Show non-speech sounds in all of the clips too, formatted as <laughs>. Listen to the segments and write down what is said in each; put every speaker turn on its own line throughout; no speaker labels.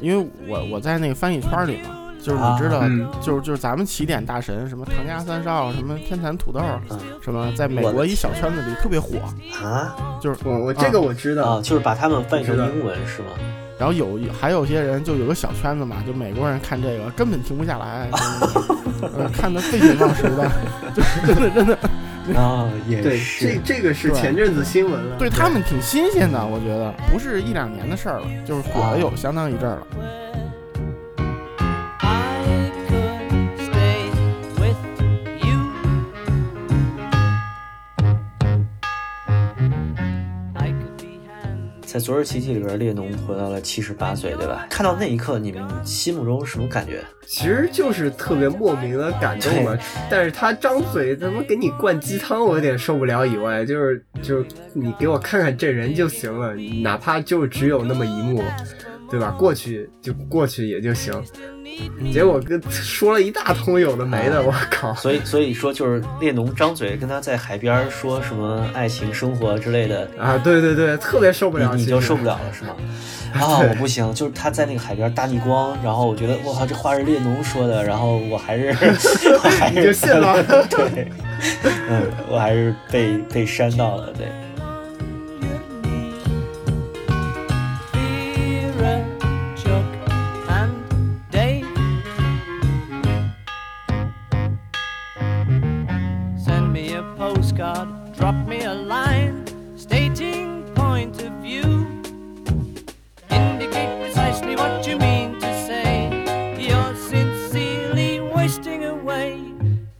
因为我我在那个翻译圈里嘛，就是你知道，
啊
嗯
就是就是咱们起点大神，什么唐家三少，什么天蚕土豆，
嗯
什么在美
我
国一小圈子里特别火，
啊
就是
我我这个我知道，
啊，就是把他们翻译成
知道
英文是吗？
然后有还有些人就有个小圈子嘛，就美国人看这个根本停不下来，
<laughs>
就是呃看得废寝忘食的，就是真的真的
啊，也
对，这
是，
这个是
对
前阵子新闻了。
对他们挺新鲜的，我觉得不是一两年的事儿了，就是火了
啊
有相当一阵儿了。
I could stay with you. I could be handy.
在《昨日奇迹》里边，列侬活到了七十八岁，对吧？看到那一刻，你们心目中什么感觉？
其实就是特别莫名的感动嘛。但是他张嘴他妈给你灌鸡汤，我有点受不了。以外，就是就是你给我看看这人就行了，哪怕就只有那么一幕，对吧？过去就过去也就行。
嗯
结果跟说了一大通有的没的，
啊
我靠！
所以，所以说就是列侬张嘴跟他在海边说什么爱情、生活之类的，
啊，对对对，特别受不了，
你你
其
就
实
受不了了是吗？啊，
对
我不行，就是他在那个海边大逆光，然后我觉得我靠，这话是列侬说的，然后我
<laughs>
还是我还是
你就信了
<laughs> 对，嗯，我还是被被扇到了，对，
Vera, Chuck, and Dave. Send me a postcard, drop me a line, stating point of view. Indicate precisely what you mean to say. You're sincerely wasting away.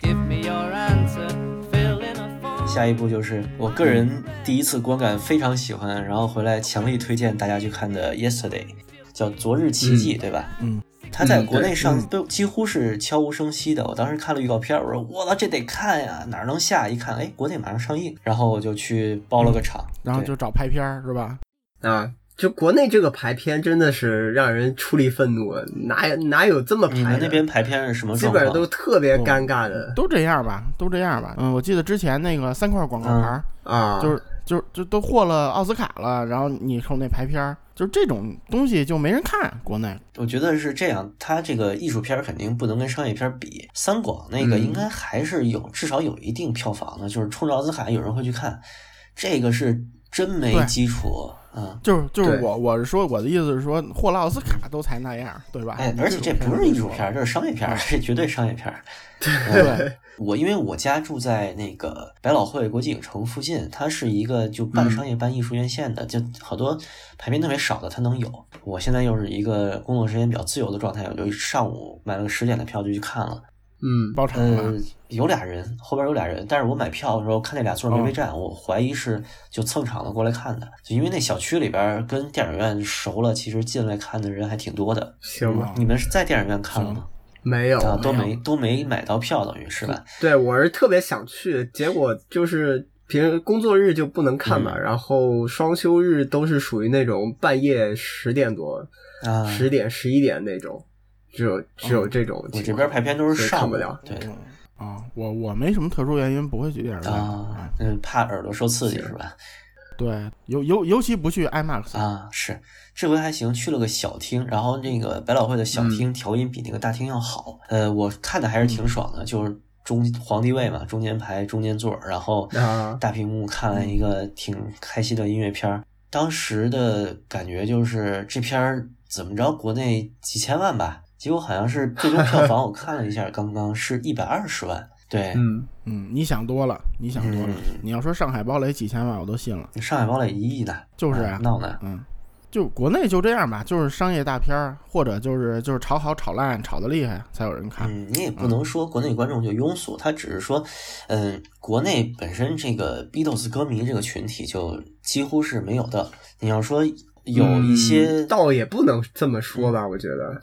Give me your answer, fill in a form.
下一部就是我个人
嗯
第一次观感非常喜欢，然后回来强力推荐大家去看的《Yesterday》，叫《昨日奇迹》，对吧？
嗯，
它在
嗯
国内
对
上
嗯
都几乎是悄无声息的。我当时看了预告片，我说我操，这得看呀，哪儿能下？一看，哎，国内马上上映，然后我就去包了个场，
嗯
然后就
对
找拍片儿是吧？
啊。就国内这个排片真的是让人出离愤怒，哪有哪有这么
你
排
们
的？
那边排片是什么
基
状
本上
况
都？特别
嗯
尴尬
呃
的、
都这样吧，都这样吧。嗯，我记得之前那个三块广告牌儿，
啊，
就是就就都获了奥斯卡了，然后你瞅那排片儿，就是这种东西就没人看，国内
我觉得是这样，它这个艺术片儿肯定不能跟商业片儿比。三广那个
嗯
应该还是有，至少有一定票房的，就是冲着奥斯卡有人会去看，这个是真没
对
基础啊。
就是就是
对
我我是说我的意思是说获了奥斯卡都才那样，对吧？
哎，而且这不是艺术片儿，这是商业片儿，这绝对商业片儿。 <laughs>
对，
我因为我家住在那个百老汇国际影城附近，它是一个就半商业半艺术院线的，就好多排片特别少的它能有。我现在又是一个工作时间比较自由的状态，我就上午买了个十点的票就去看了。
嗯，
包场了
呃，有俩人，后边有俩人，但是我买票的时候看那俩座没
嗯
位站，我怀疑是就蹭场的过来看的，就因为那小区里边跟电影院熟了，其实进来看的人还挺多的。
行吧，
嗯
你们是在电影院看了吗？
没有，
啊，都没都没买到票，等于是吧？
对我是特别想去，结果就是平时工作日就不能看嘛，
嗯
然后双休日都是属于那种半夜十点多、
啊，
十、点、十一点那种，只有只有这种
哦我
情
这
况。
边排片都是
所以
上
看
午
不了，
对
嗯啊，我我没什么特殊原因不会去电影院
啊，嗯，怕耳朵受刺激是吧？
对，尤尤尤其不去 IMAX，、
啊，是，这回还行，去了个小厅，然后那个百老汇的小厅调音比那个大厅要好，呃，我看的还是
嗯
挺爽的，就是中皇帝位嘛，中间排中间座儿，然后
啊
大屏幕看
嗯
了一个挺开心的音乐片儿，当时的感觉就是这片儿怎么着国内几千万吧，结果好像是最终
<laughs>
票房我看了一下，刚刚是一百二十万，对，
嗯，
嗯，你想多了，你想多了。
嗯
你要说上海堡垒几千万，我都信了，
上海堡垒一亿呢，
就是啊
啊闹呢，
嗯，就国内就这样吧，就是商业大片儿，或者就是就是炒好炒烂，炒的厉害才有人
啊
看。
嗯，你也不能说国内观众就庸俗，他只是说，嗯，国内本身这个 Beatles 歌迷这个群体就几乎是没有的。你要说有一些嗯
嗯，倒也不能这么说吧，我觉得。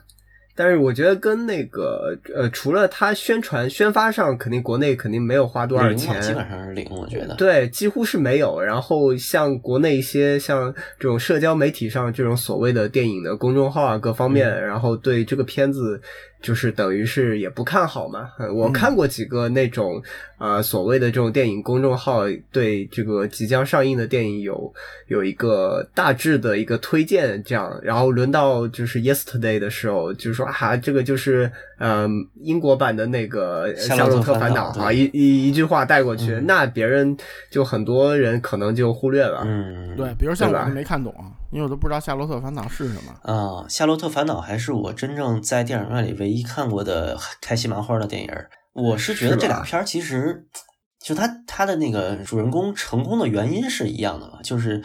但是我觉得跟那个呃，除了他宣传宣发上，肯定国内肯定没有花多少
零嘛，
钱，
基本上是零，我觉得。
对，几乎是没有。然后像国内一些像这种
嗯
社交媒体上这种所谓的电影的公众号啊，各方面，然后对这个片子就是等于是也不看好嘛。呃
嗯
我看过几个那种呃所谓的这种电影公众号对这个即将上映的电影有有一个大致的一个推荐，这样，然后轮到就是 Yesterday 的时候，就说啊，这个就是嗯、英国版的那个呃
夏洛
《夏
特
洛特
烦
烦
恼
恼》啊，
对
一一一句话带过去，
嗯
那别人就很多人可能就忽略了。
嗯，
对，比如像
对
我
吧
就没看懂，啊因为我都不知道夏洛特烦恼是什么。
啊，《夏洛特烦恼》还是我真正在电影院里唯一看过的开心麻花的电影儿。我是觉得
是吧
这俩片儿其实，就他他的那个主人公成功的原因是一样的嘛，就是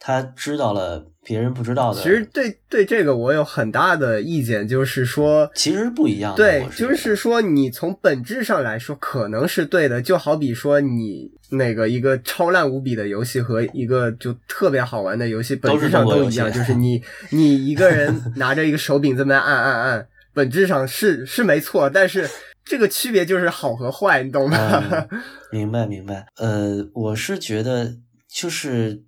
他知道了别人不知道的，
其实对对这个我有很大的意见，就是说，
其实不一样的。
对，
啊我觉
就
得
是说你从本质上来说可能是对的，就好比说你那个一个超烂无比的游戏和一个就特别好玩的游戏，
都是
本质上
中国
都
游
一
戏 <laughs>
样，就是你你一个人拿着一个手柄这么按按按，本质上是是没错，但是这个区别就是好和坏，你懂吗？ <laughs>
嗯明白明白。呃，我是觉得就是，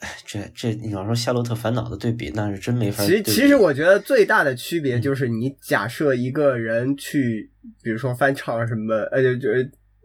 哎，这这你要说《夏洛特烦恼》的对比，那是真没法
其
对
实，
比。
其实我觉得最大的区别
嗯
就是，你假设一个人去，比如说翻唱什么，呃，就就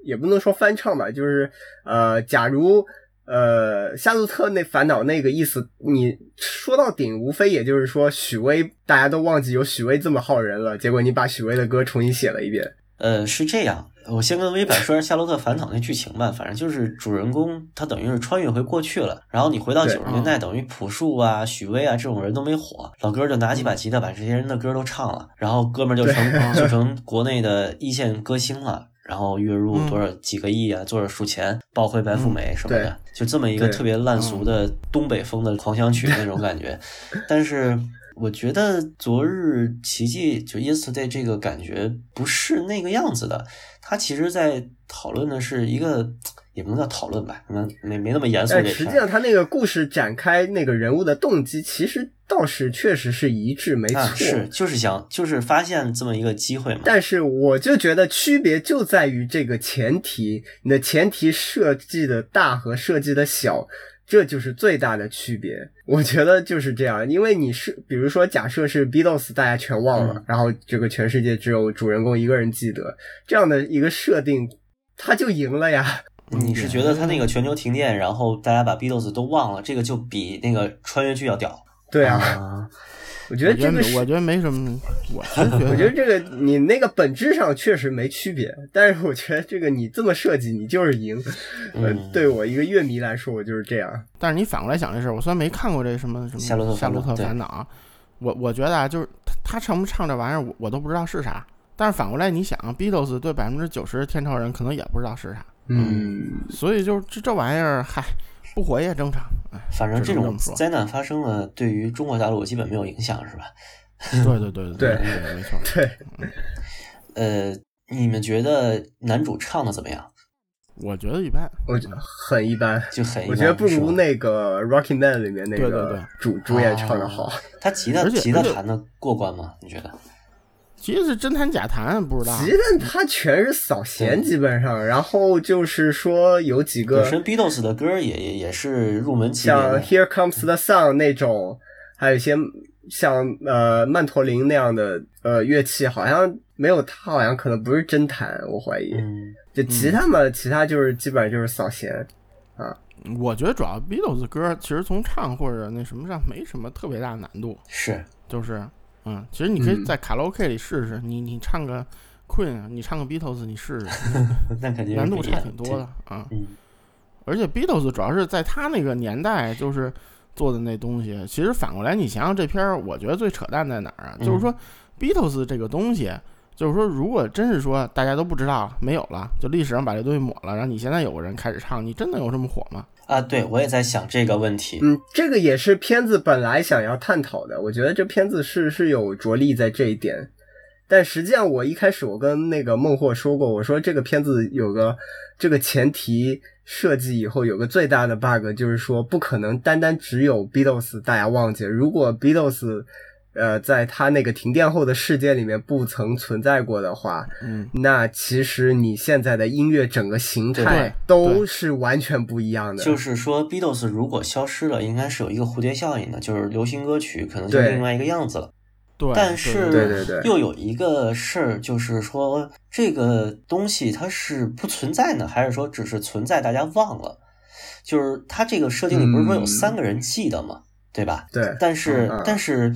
也不能说翻唱吧，就是呃，假如呃夏洛特那烦恼那个意思，你说到顶，无非也就是说许巍，大家都忘记有许巍这么号人了，结果你把许巍的歌重新写了一遍，
呃，是这样，我先跟微版说一下《夏洛特烦恼》那剧情吧。反正就是主人公他等于是穿越回过去了，然后你回到
对
九十年代，等于朴树啊、许巍啊这种人都没火，老哥就拿起把吉他把这些人的歌都唱了，然后哥们儿就成就成
<laughs>
国内的一线歌星了。然后月入多少几个亿啊，多少数钱，抱回白富美什么的，就这么一个
嗯对
特别烂俗的东北风的狂想曲那种感觉。嗯 <laughs> 但是我觉得昨日奇迹就 yesterday 这个感觉不是那个样子的，它其实在讨论的是一个，也不能叫讨论吧，可能没没那么严肃
但
这
实际
事
上
儿。
他那个故事展开那个人物的动机，其实倒是确实是一致，没错。
啊，是，就是想，就是发现这么一个机会嘛。
但是我就觉得区别就在于这个前提，你的前提设计的大和设计的小，这就是最大的区别。我觉得就是这样，因为你是比如说，假设是 Beatles 大家全忘了，
嗯
然后这个全世界只有主人公一个人记得这样的一个设定，他就赢了呀。
你是觉得他那个全球停电，然后大家把 Beatles 都忘了，这个就比那个穿越剧要屌
对啊，
啊！
我觉
我
得
觉得
哎这个
没
是
我觉得没什么，我是觉得
我 <laughs> 觉得这个你那个本质上确实没区别，但是我觉得这个你这么设计，你就是赢。呃
嗯，
对我一个乐迷来说，我就是这样。
但是你反过来想这事儿，我虽然没看过这什么什么
夏洛特
夏
烦恼
洛特
对
烦恼啊，我我觉得啊，就是他他唱不唱这玩意儿，我我都不知道是啥。但是反过来你想，Beatles 啊对百分之九十天朝人可能也不知道是啥，
嗯，
所以就是这这玩意儿，嗨，不火也正常。哎，
反正
只
这
能这
种
么说
灾难发生了，对于中国大陆基本没有影响，是吧？
对对对对
对
对，没错。
<laughs> 对，
呃，你们觉得男主唱的怎么样？
我觉得一般。
我觉得很一般。
就很一
我觉得
般
不
是吧
如那个《Rocky Man》里面那
对对对
个主主演唱的好
哦。他吉他
而且
吉他
而且
弹的过关吗？你觉得？
其实是真弹假弹，不知道。
吉但他全是扫弦，基本上，然后就是说有几
本
个
身 Beatles 的歌也也也是入门级别
像《
的，
Here Comes the Sun》那种，还有一些像呃曼陀林那样的呃乐器，好像没有他，好像可能不是真弹，我怀疑。
嗯，
就吉他嘛，其他就是基本上就是扫弦。
我觉得主要 Beatles 歌其实从唱或者那什么上没什么特别大难度，
是
就是嗯，其实你可以
嗯
在卡拉 OK 里试试，你你唱个 Queen，你啊唱个 Beatles，你试试。
那肯定是
难度
不一
差
样
挺多的。啊。
对嗯，
而且 Beatles 主要是在他那个年代就是做的那东西，其实反过来你想想这片儿，我觉得最扯淡在哪儿啊？
嗯
就是说 Beatles 这个东西。就是说，如果真是说大家都不知道，没有了，就历史上把这东西抹了，然后你现在有个人开始唱，你真的有这么火吗？
啊，对我也在想这个问题。
嗯，这个也是片子本来想要探讨的，我觉得这片子是是有着力在这一点。但实际上，我一开始我跟那个孟获说过，我说这个片子有个这个前提设计以后有个最大的 bug，就是说不可能单单只有 Beatles 大家忘记。如果 Beatles 呃在他那个停电后的世界里面不曾存在过的话，
嗯，
那其实你现在的音乐整个形
对
态
对
都是完全不一样的。
就是说，Beatles 如果消失了，应该是有一个蝴蝶效应的，就是流行歌曲可能就
对
另外一个样子了。
对，
但
对
是
对对
又有一个事儿，就是说这个东西它是不存在呢，还是说只是存在大家忘了？就是它这个设定里不是说有
嗯
三个人记得吗？对吧？
对
但是、
嗯嗯
但是，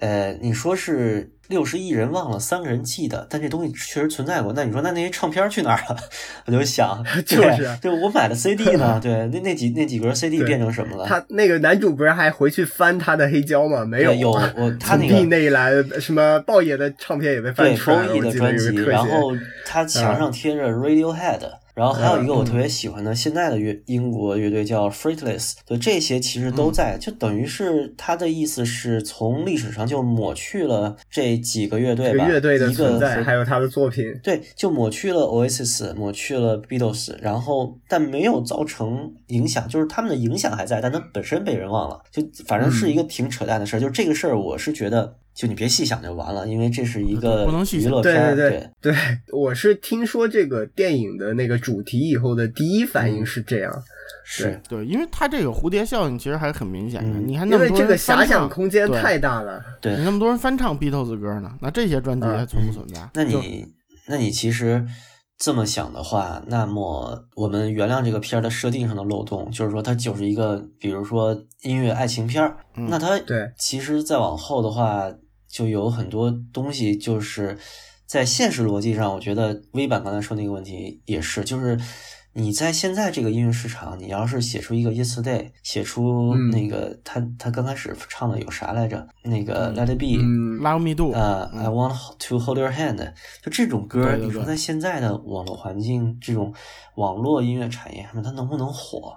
呃，你说是六十亿人忘了，三个人记得，但这东西确实存在过。那你说那那些唱片儿去哪儿了？ <laughs> 我就
<laughs>
想，
就是啊
对，对我买的 CD 呢，对，那那几那几格 CD
对
变成什么了？
他那个男主不是还回去翻他的黑胶吗？没
对
有，
有
<laughs>
我他
从
那个
B 那一栏什么豹爷的唱片也被翻
对
出来了，
，Bowie
啊我
的
记得
专
有
辑，
个特
然
写。啊
后他墙上贴着 Radiohead，、然后还有一
嗯
个我特别喜欢的现在的乐英国乐队叫 Fretless，就这些其实
嗯
都在，就等于是他的意思是从历史上就抹去了这几个乐队
这个
吧，
乐队的
一个
存在，还有他的作品，
对，就抹去了 Oasis，抹去了 Beatles，然后但没有造成影响，就是他们的影响还在，但它本身被人忘了，就反正
嗯
是一个挺扯淡的事儿。就这个事儿，我是觉得，就你别细想就完了，因为这是一个
不能细
娱
想
乐
对
片儿，
对对， <laughs> 我是听说这个电影的那个主题以后的第一反应是这样，
是，
对，因为它这个蝴蝶效应其实还是很明显的。
嗯
你看那
因
么
为
多
这个
人翻
遐想
唱，
空间
对
太大了。
对
你那么多人翻唱 Beatles 歌呢，那这些专辑
嗯
还存不存在？
那
就
你那你其实这么想的话，那么我们原谅这个片儿的设定上的漏洞，就是说它就是一个，比如说音乐爱情片儿，
嗯
那它
对
其实再往后的话，就有很多东西就是在现实逻辑上，我觉得微版刚才说那个问题也是，就是。你在现在这个音乐市场，你要是写出一个 Yesterday，写出
嗯
那个、他他刚开始唱的有啥来着？那个
嗯
Let It Be，
嗯，
Love Me Do，
呃、i
嗯
want to hold your hand，就这种歌，
对对
你说
对
在现在的网络环境、这种网络音乐产业上面，它能不能火？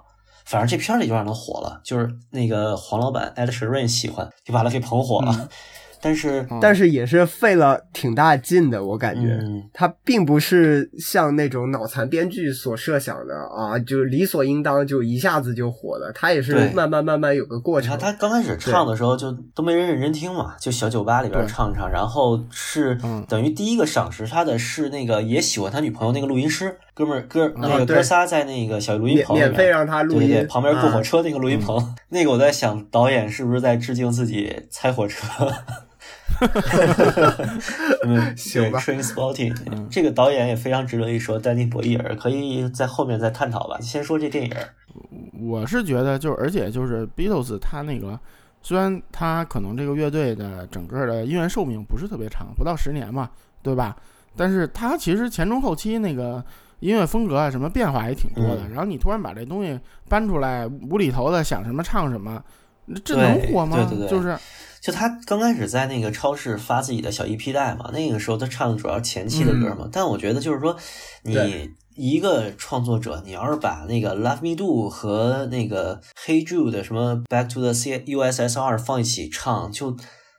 反正这片儿里就让它火了，就是那个黄老板 Ed Sheeran 喜欢，就把它给捧火了。 <laughs> 但是，
但是也是费了挺大劲的，我感觉。
嗯，
它并不是像那种脑残编剧所设想的啊，就是理所应当就一下子就火了。它也是
对啊
慢慢慢慢有个过
你
程
看。他刚开始唱的时候就都没人认真听嘛，就小酒吧里边
对
唱一唱，然后是
嗯
等于第一个赏识他的是那个也喜欢他女朋友那个录音师哥们儿哥那个
对
哥仨在那个小录音
免
棚里面
免费啊让他录
对
音，
对对，旁边过火
啊
车那个录音棚， <laughs> 那个我在想，导演是不是在致敬自己猜火车？ <laughs> 嗯，
行吧嗯
t r a i n Spotting，、这个导演也非常值得一说，丹尼·博伊尔可以在后面再探讨吧。先说这电影儿，
我是觉得就是，而且就是 Beatles 他那个，虽然他可能这个乐队的整个的音乐寿命不是特别长，不到十年嘛，对吧？但是他其实前中后期那个音乐风格啊，什么变化也挺多的。
嗯
然后你突然把这东西搬出来，无厘头的想什么唱什么，这
对
能火吗？
对对对
就是
就他刚开始在那个超市发自己的小 EP 带嘛，那个时候他唱的主要前期的歌嘛。但我觉得就是说，你
嗯对
一个创作者，你要是把那个《Love Me Do》和那个《Hey Jude》什么《Back to the C USSR》放一起唱，就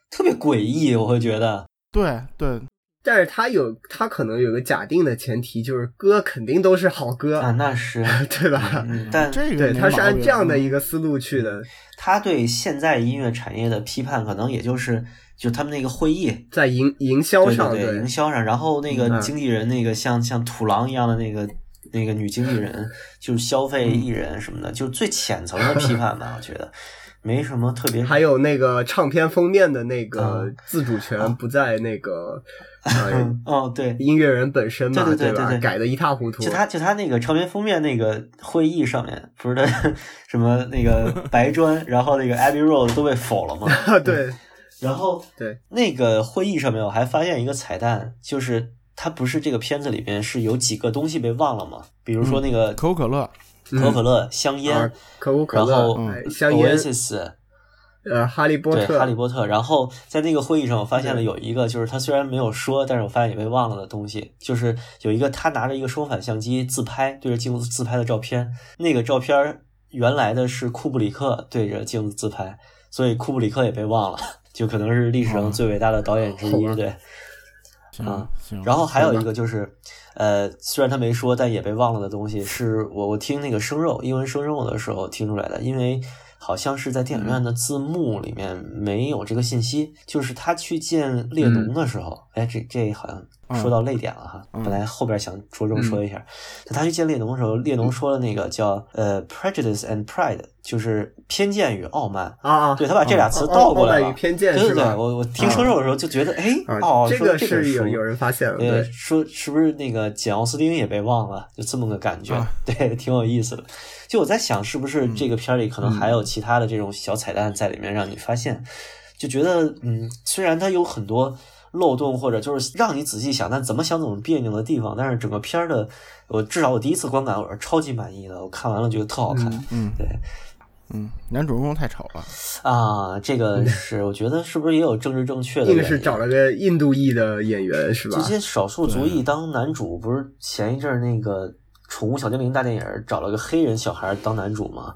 特别诡异，我会觉得。
对对
但是他有他可能有个假定的前提，就是歌肯定都是好歌，
啊，那是，
<laughs> 对吧？
嗯但
这个
对，
没
他是
毛
按
病
这样的
嗯
一个思路去的，
他对现在音乐产业的批判，可能也就是就他们那个会议，
在营营销
对
上，
对对营销上，然后那个
嗯
经纪人那个像像土狼一样的那个那个女经纪
<laughs>
人，就是消费
嗯
艺人什么的，就是最浅层的批判
<laughs>
吧，我觉得没什么特别。
还有那个唱片封面的那个
嗯
自主权不在那个、呃
嗯哦，对，
音乐人本身嘛，
对对对
吧？
对对
改的一塌糊涂。
就他就他那个唱片封面那个会议上面，不是 <laughs> 他什么那个
<laughs>
白砖，然后那个 Abbey Road 都被否了吗？
啊， <laughs> 对
然后
对，
那个会议上面我还发现一个彩蛋，就是它不是这个片子里边是有几个东西被忘了吗？比如
嗯
说那个可
可口可乐，
口可乐、香烟、
啊可口可
然后
乐、
嗯
哎香烟、
Oasis，
呃，哈利波
对，
特
哈利波特。然后在那个会议上，我发现了有一个，就是他虽然没有说，但是我发现也被忘了的东西，就是有一个他拿着一个双反相机自拍，对着镜子自拍的照片。那个照片原来的是库布里克对着镜子自拍，所以库布里克也被忘了，就可能是历史上最伟大的导演之一，
好吧
对。
行、
啊
行，
然后还有
好吧
一个就是，呃，虽然他没说，但也被忘了的东西，是我我听那个生肉英文生肉的时候听出来的，因为好像是在
嗯嗯
电影院的字幕里面没有这个信息，就是他去见列侬的时候，哎，这这好像
嗯
说到泪点了哈。
嗯
本来后边想着重
嗯
说一下，就他去见列侬的时候，列侬说了那个叫呃 prejudice and pride，就是偏见与傲慢。
啊啊，
对他把这俩词
哦
倒过
傲
来
慢
了。
与偏见
对对
是
对，
吧
我我听说这首的时候就觉得，哎，
啊
哦，，
这
说
个
这
是有
书
有人发现了，
呃，
对，
说是不是那个简奥斯汀也被忘了，就这么个感觉，
啊
对， <laughs> 挺有意思的。就我在想，是不是这
嗯
个片儿里可能还有其他的这种小彩蛋在里面让你发现，就觉得嗯，虽然它有很多漏洞或者就是让你仔细想，但怎么想怎么别扭的地方，但是整个片儿的，我至少我第一次观感我是超级满意的，我看完了觉得特好看。
嗯
嗯
对
嗯，男主人公太丑了，
啊，这个是我觉得是不是也有政治正
<laughs>
确的
那
原因？
嗯个是找了个印度裔的演员是吧啊
这？些少数族裔当男主，不是前一阵儿那个《宠物小精灵》大电影儿找了个黑人小孩儿当男主吗？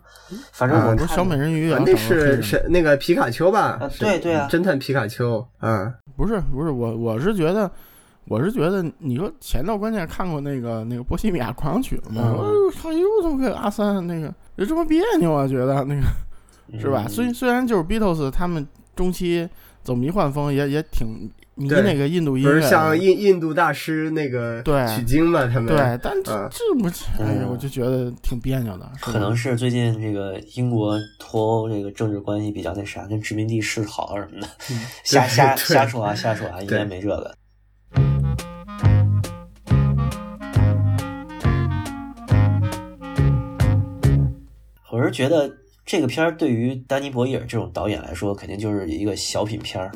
反正
啊
我
不是
看
小美人鱼也
啊
要，找
那
个黑
是
人
是那个皮卡丘吧？
啊
是
对对啊
侦探皮卡丘，嗯，
不是不是我我是觉得。我是觉得，你说前头关键看过那个那个《波西米亚狂想曲》吗？
嗯
我说操，又这么个阿三那个，就这么别扭啊，觉得那个是吧？
嗯
虽虽然就是 Beatles 他们中期走迷幻风也也挺迷
对
那个印度音
不
乐
是
的，
像印印度大师那个
对
取经嘛？他们
对，但这
嗯
这不，哎呀，
嗯
我就觉得挺别扭的，是吧
可能是最近这个英国脱欧这个政治关系比较那啥，跟殖民地示好啊什么的，瞎瞎
嗯对
瞎说啊，瞎说啊，应该
对
没这个。我是觉得这个片儿对于丹尼博伊尔这种导演来说，肯定就是一个小品片儿。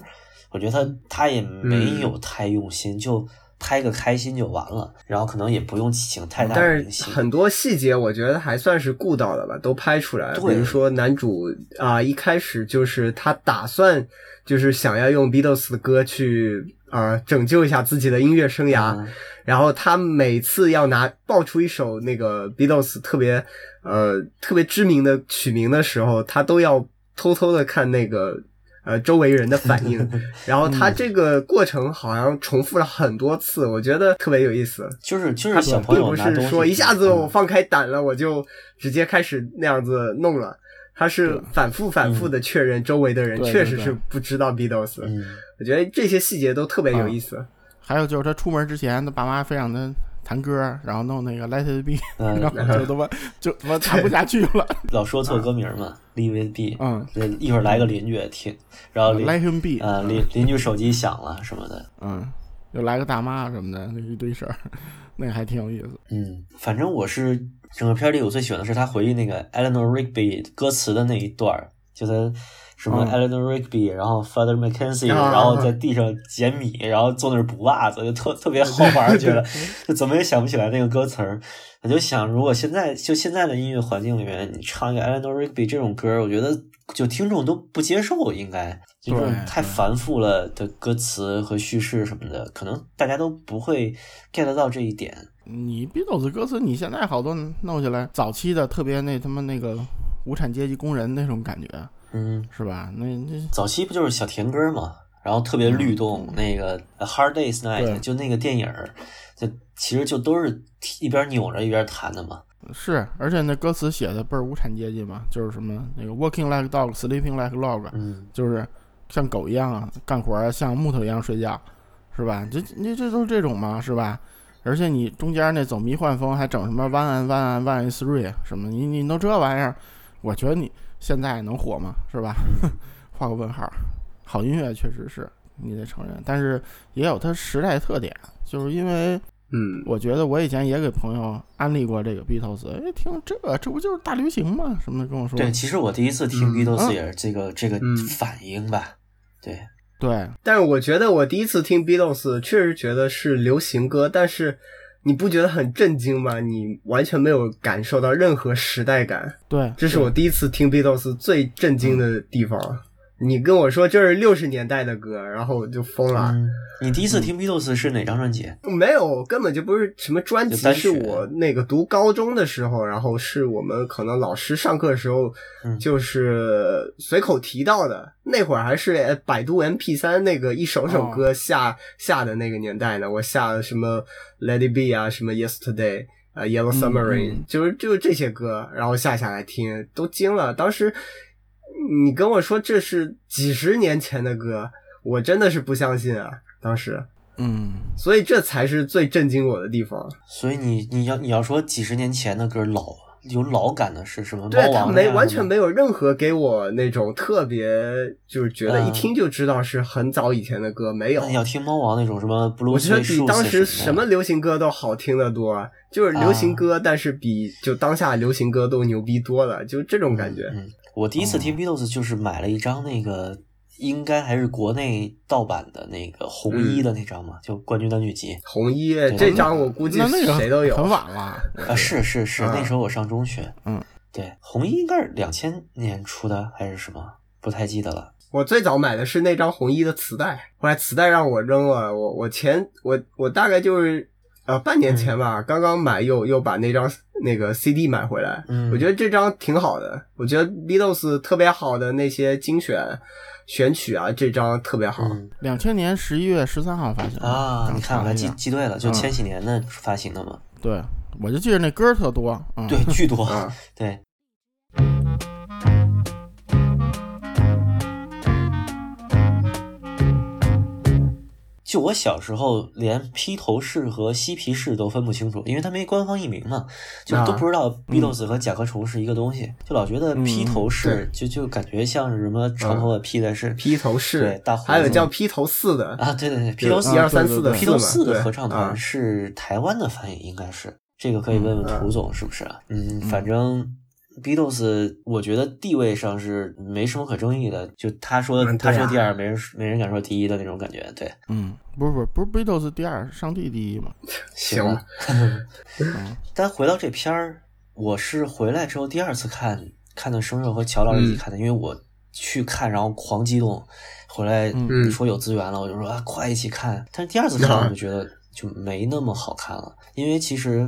我觉得他他也
嗯
没有太用心，就拍个开心就完了，然后可能也不用请太大的
但
明
是
星。嗯
很多细节我觉得还算是顾到了吧，都拍出来了。
对
比如说男主啊、一开始就是他打算就是想要用 Beatles 的歌去啊、拯救一下自己的音乐生涯，
嗯
然后他每次要拿爆出一首那个 Beatles 特别呃特别知名的曲名的时候，他都要偷偷的看那个呃周围人的反
<laughs>
应，然后
嗯
他这个过程好像重复了很多次，我觉得特别有意思。
就是就
他
是小朋
并
友
不
拿东
是
西，
说一下子我
嗯
放开胆了，我就直接开始那样子弄了。他是反复反复的确认周围的人
对
确
对
实
对
是不知道 Beatles，
嗯
我觉得这些细节都特别有意思。
还有就是他出门之前，他爸妈非让他弹歌，然后弄那个 Let It
<laughs>
Be，
嗯
然后就他妈就他妈弹不下去了。
老说错歌名儿嘛，Leave it be。
嗯
对，呃一会儿来个邻居也听，然后邻
，Let Him Be，
呃邻邻居手机响了什么的，
嗯，又来个大妈什么的，那一堆事儿， <laughs> 那个还挺有意思。
嗯，反正我是整个片儿里我最喜欢的是他回忆那个 Eleanor Rigby 歌词的那一段儿，就他什么
嗯
Eleanor Rigby，、然后 Father Mackenzie，、
啊
然后在地上捡米，然后坐那儿补袜子，就特特别好玩儿，觉得就怎么也想不起来那个歌词儿。我就想，如果现在就现在的音乐环境里面，你唱一个 Eleanor Rigby 这种歌儿，我觉得就听众都不接受，应该就这种
对
太繁复了的歌词和叙事什么的，可能大家都不会 get 到这一点。
你 Beatles 歌词，你现在好多弄起来，早期的特别那他妈那个无产阶级工人那种感觉，
嗯，
是吧？那那
早期不就是小甜歌嘛，然后特别
嗯
律动，那个《A Hard Day's Night
对》
就那个电影儿，就其实就都是一边扭着一边弹的嘛。
是，而且那歌词写的倍儿无产阶级嘛，就是什么那个 working like dog, sleeping like log，
嗯，
就是像狗一样啊，干活儿像木头一样睡觉，是吧？这你这都是这种嘛，是吧？而且你中间那走迷幻风，还整什么万安万安万 n three 啊什么，你你弄这玩意儿，我觉得你现在能火吗？是吧？
嗯
<laughs> 画个问号。好音乐确实是你得承认，但是也有它时代特点，就是因为
嗯，
我觉得我以前也给朋友安利过这个 Beatles，哎，听这这不就是大流行吗？什么的跟我说，
对，其实我第一次听
嗯
Beatles
嗯
也是这个、这个
嗯
反应吧。对，
对
但是我觉得我第一次听 Beatles，确实觉得是流行歌，但是你不觉得很震惊吗？你完全没有感受到任何时代感，
对，
这是我第一次听 Beatles 最震惊的地方。
嗯
你跟我说这是六十年代的歌，然后我就疯了。
嗯，你第一次听 Beatles 是哪张专辑？
没有，根本就不是什么专辑，
就单曲
是我那个读高中的时候，然后是我们可能老师上课的时候
嗯，
就是随口提到的。那会儿还是呃百度 MP 3那个一首首
哦
歌下、下的那个年代呢，我下了什么 Let It Be 啊，什么 Yesterday。啊、y e l l o w
嗯
Submarine，、
嗯
就是就是这些歌，然后下下来听，都惊了。当时你跟我说这是几十年前的歌，我真的是不相信啊。当时，
嗯，
所以这才是最震惊我的地方。
所以你你要你要说几十年前的歌老有老感的是什么？
对
猫
他
王
没
呀
完
什
全
么
没有任何给我那种特别，就是觉得
嗯
一听就知道是很早以前的歌，没有
哎
那。你要听猫王那种什么 blue，
我觉得比
Suede
当时
Shoes
什
么
么流行歌都好听得多，就是
啊
流行歌，但是比就当下流行歌都牛逼多了，就这种感觉。
嗯，我第一次听 Beatles 就是买了一张那个，应该还是国内盗版的那个红衣的那张嘛，就冠军单曲集。啊
红衣
对
这张我估计
那那个
谁都有，
很晚了，
啊，是是是，
啊
那时候我上中学。
嗯，
对，红衣应该是两千年出的还是什么，不太记得了。
我最早买的是那张红衣的磁带，后来磁带让我扔了。我我前我我大概就是呃半年前吧，刚刚买又又把那张那个 CD 买回来。
嗯
我觉得这张挺好的，我觉得 Beatles 特别好的那些精选选曲啊，这张特别好。
嗯
两千年十一月十三号发行的
啊，你看我还记
刚查了一下
记对了，就
嗯
千禧年的发行的嘛，
对，我就记着那歌儿特多，嗯，
对，巨多，
啊，
<laughs> 对，就我小时候连披头士和嬉皮士都分不清楚，因为它没官方译名嘛，就
啊嗯
都不知道 Beatles 和甲壳虫是一个东西，就老觉得披头士就就感觉像是什么长头发披的是
披头士
对大胡子
还有叫披头四的，
啊，对对对，披
就
头
是
士
一
啊
二三四的
对
披头
四
四
嘛
的
对
合唱
啊
团是台湾的翻译，应该是这个可以问问
嗯
涂总是不是啊？嗯，反正 Beatles 我觉得地位上是没什么可争议的，就他说
嗯
他
对啊
说第二，没人没人敢说第一的那种感觉。对，
嗯，不是不是不是 Beatles 第二，上帝第一嘛，
行
吧。但回到这片儿，我是回来之后第二次看看的生日和乔老师一起看的，因为我去看然后狂激动，回来
嗯
你说有资源了，我就说啊快一起看。但是第二次看
啊
我就觉得就没那么好看了，因为其实。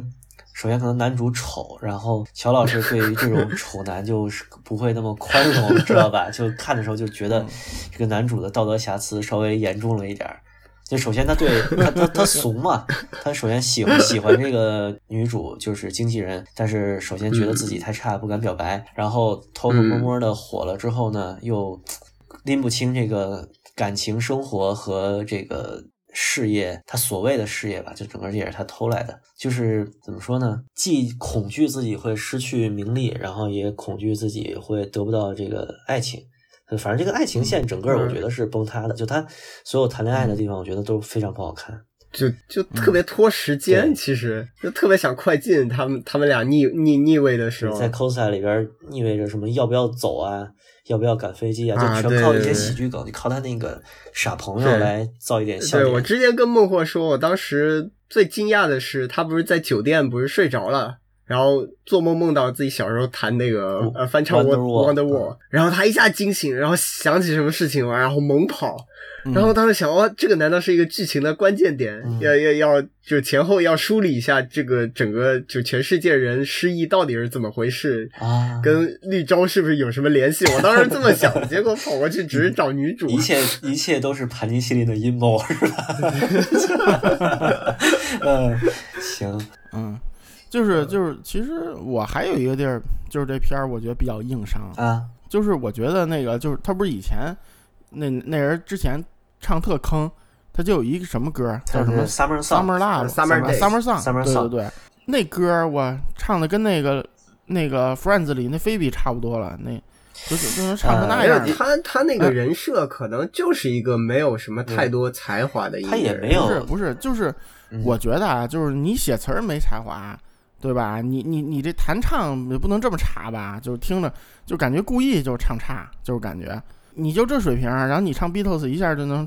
首先，可能男主丑，然后乔老师对于这种丑男就是不会那么宽容，知道吧？就看的时候就觉得这个男主的道德瑕疵稍微严重了一点儿。就首先他对他他他怂嘛，他首先喜欢喜欢这个女主就是经纪人，但是首先觉得自己太差，不敢表白，然后偷偷摸摸的火了之后呢，又拎不清这个感情生活和这个事业，他所谓的事业吧，就整个也是他偷来的，就是怎么说呢，既恐惧自己会失去名利，然后也恐惧自己会得不到这个爱情。反正这个爱情
嗯
线整个我觉得是崩塌的，就他所有谈恋爱的地方，我觉得都非常不好看。
就就特别拖时间，
嗯对
其实就特别想快进他们他们俩腻腻腻味的时
你
候，
在 cosine 里边意味着什么？要不要走啊？要不要赶飞机
啊
啊？就全靠
对
一
对
些
对
喜剧梗，就靠他那个傻朋友
对
来造一点笑
对我
点。
之前跟孟获说，我当时最惊讶的是，他不是在酒店不是睡着了，然后做梦梦到自己小时候弹那个
哦
呃翻唱《
Wonderwall
Wonder Wall》，然后他一下惊醒，然后想起什么事情了，然后猛跑，然后当时想，哇，这个难道是一个剧情的关键点？
嗯
要要要，就前后要梳理一下这个整个就全世界人失忆到底是怎么回事。
啊，
跟绿洲是不是有什么联系？我当时这么想，结果跑过去只是找女主。
<laughs> 一切一切都是盘尼西林的阴谋，是吧？嗯，行，
嗯，就是就是，其实我还有一个地儿，就是这片儿我觉得比较硬伤，
啊，
就是我觉得那个就是他不是以前那那人之前唱特坑，他就有一个什么歌叫
他
什么
是 Summer
Summer
Song，
Love
Summer Days
Summer Song
Summer
对
Song
对对，那歌儿我唱的跟那个那个 Friends 里那菲比差不多了，那就是就能唱成那
没有
样了。
他，他那
嗯
个人设可能就是一个没有什么太多才华的一个
他
人，
也没有
不是不是，就是
嗯
我觉得啊，就是你写词儿没才华，对吧？你你你这弹唱也不能这么差吧？就是听着就感觉故意就唱差，就是感觉你就这水平儿，然后你唱 Beatles 一下就能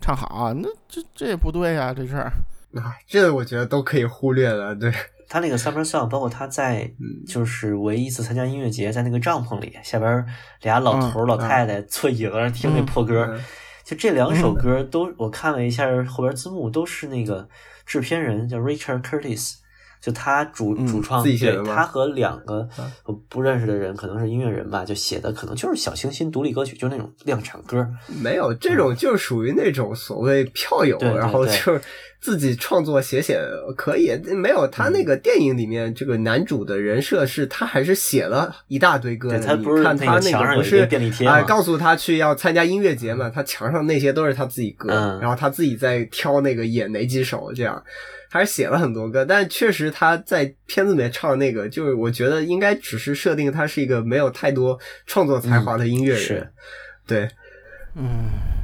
唱好，啊那这这也不对啊，这事儿。
啊，这我觉得都可以忽略了。对，
他
嗯
那个 Summer Song，包括他在就是唯一一次参加音乐节，在那个帐篷里，下边俩老头儿老太太坐椅子上听那破歌
嗯
儿，就这两首歌都，我看了一下后边字幕，都是那个制片人叫 Richard Curtis。就他主
嗯
主创，
自己写的
对
吗嗯
他和两个我不认识的人，可能是音乐人吧，就写的可能就是小清新独立歌曲，就是那种量产歌。
没有这种就属于那种所谓票友，
嗯对对
然后就自己创作写写可以，没有他那个电影里面这个男主的人设是，他还是写了一大堆歌的。
对他
你
不是
看
那
他
个
那
墙上
不
有一个
是
便利贴
哎
吗
告诉他去要参加音乐节嘛，他墙上那些都是他自己歌，
嗯
然后他自己在挑那个演哪几首这样。他是写了很多歌，但确实他在片子里面唱那个，就是我觉得应该只是设定他是一个没有太多创作才华的音乐人。
嗯是
对，
嗯，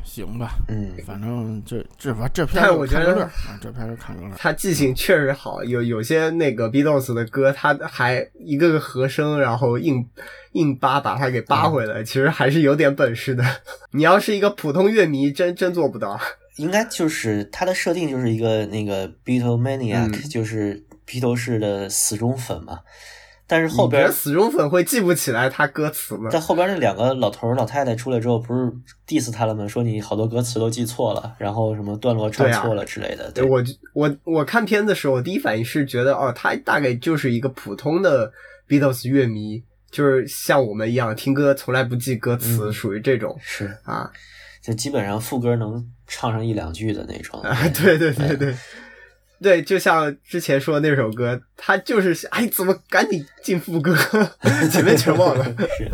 行吧，
嗯，
反正这这吧，这片
但
儿
我
就
觉
看个
得
乐儿啊，这片儿就看个乐儿。
他记性确实好，有有些那个 Beatles 的歌，他还一个个和声，然后硬硬扒把它给
嗯
扒回来，其实还是有点本事的。 <laughs> 你要是一个普通乐迷，真真做不到。
应该就是它的设定就是一个那个 Beatle maniac，、
嗯
就是披头士的死忠粉嘛。但是后
你觉
边
得死忠粉会记不起来他歌词吗？
但后边那两个老头儿老太太出来之后，不是 diss 他了吗？说你好多歌词都记错了，然后什么段落唱
对啊
错了之类的。
对我就我我看片的时候，我第一反应是觉得，哦，他大概就是一个普通的 Beatles 乐迷，就是像我们一样听歌从来不记歌词，
嗯
属于这种
是，
啊
就基本上副歌能唱上一两句的那种。
啊， <laughs> 对对对对。对，就像之前说的那首歌，他就是哎，怎么赶紧进副歌， <laughs> 前面全
<laughs>
忘 <laughs> 了。
是，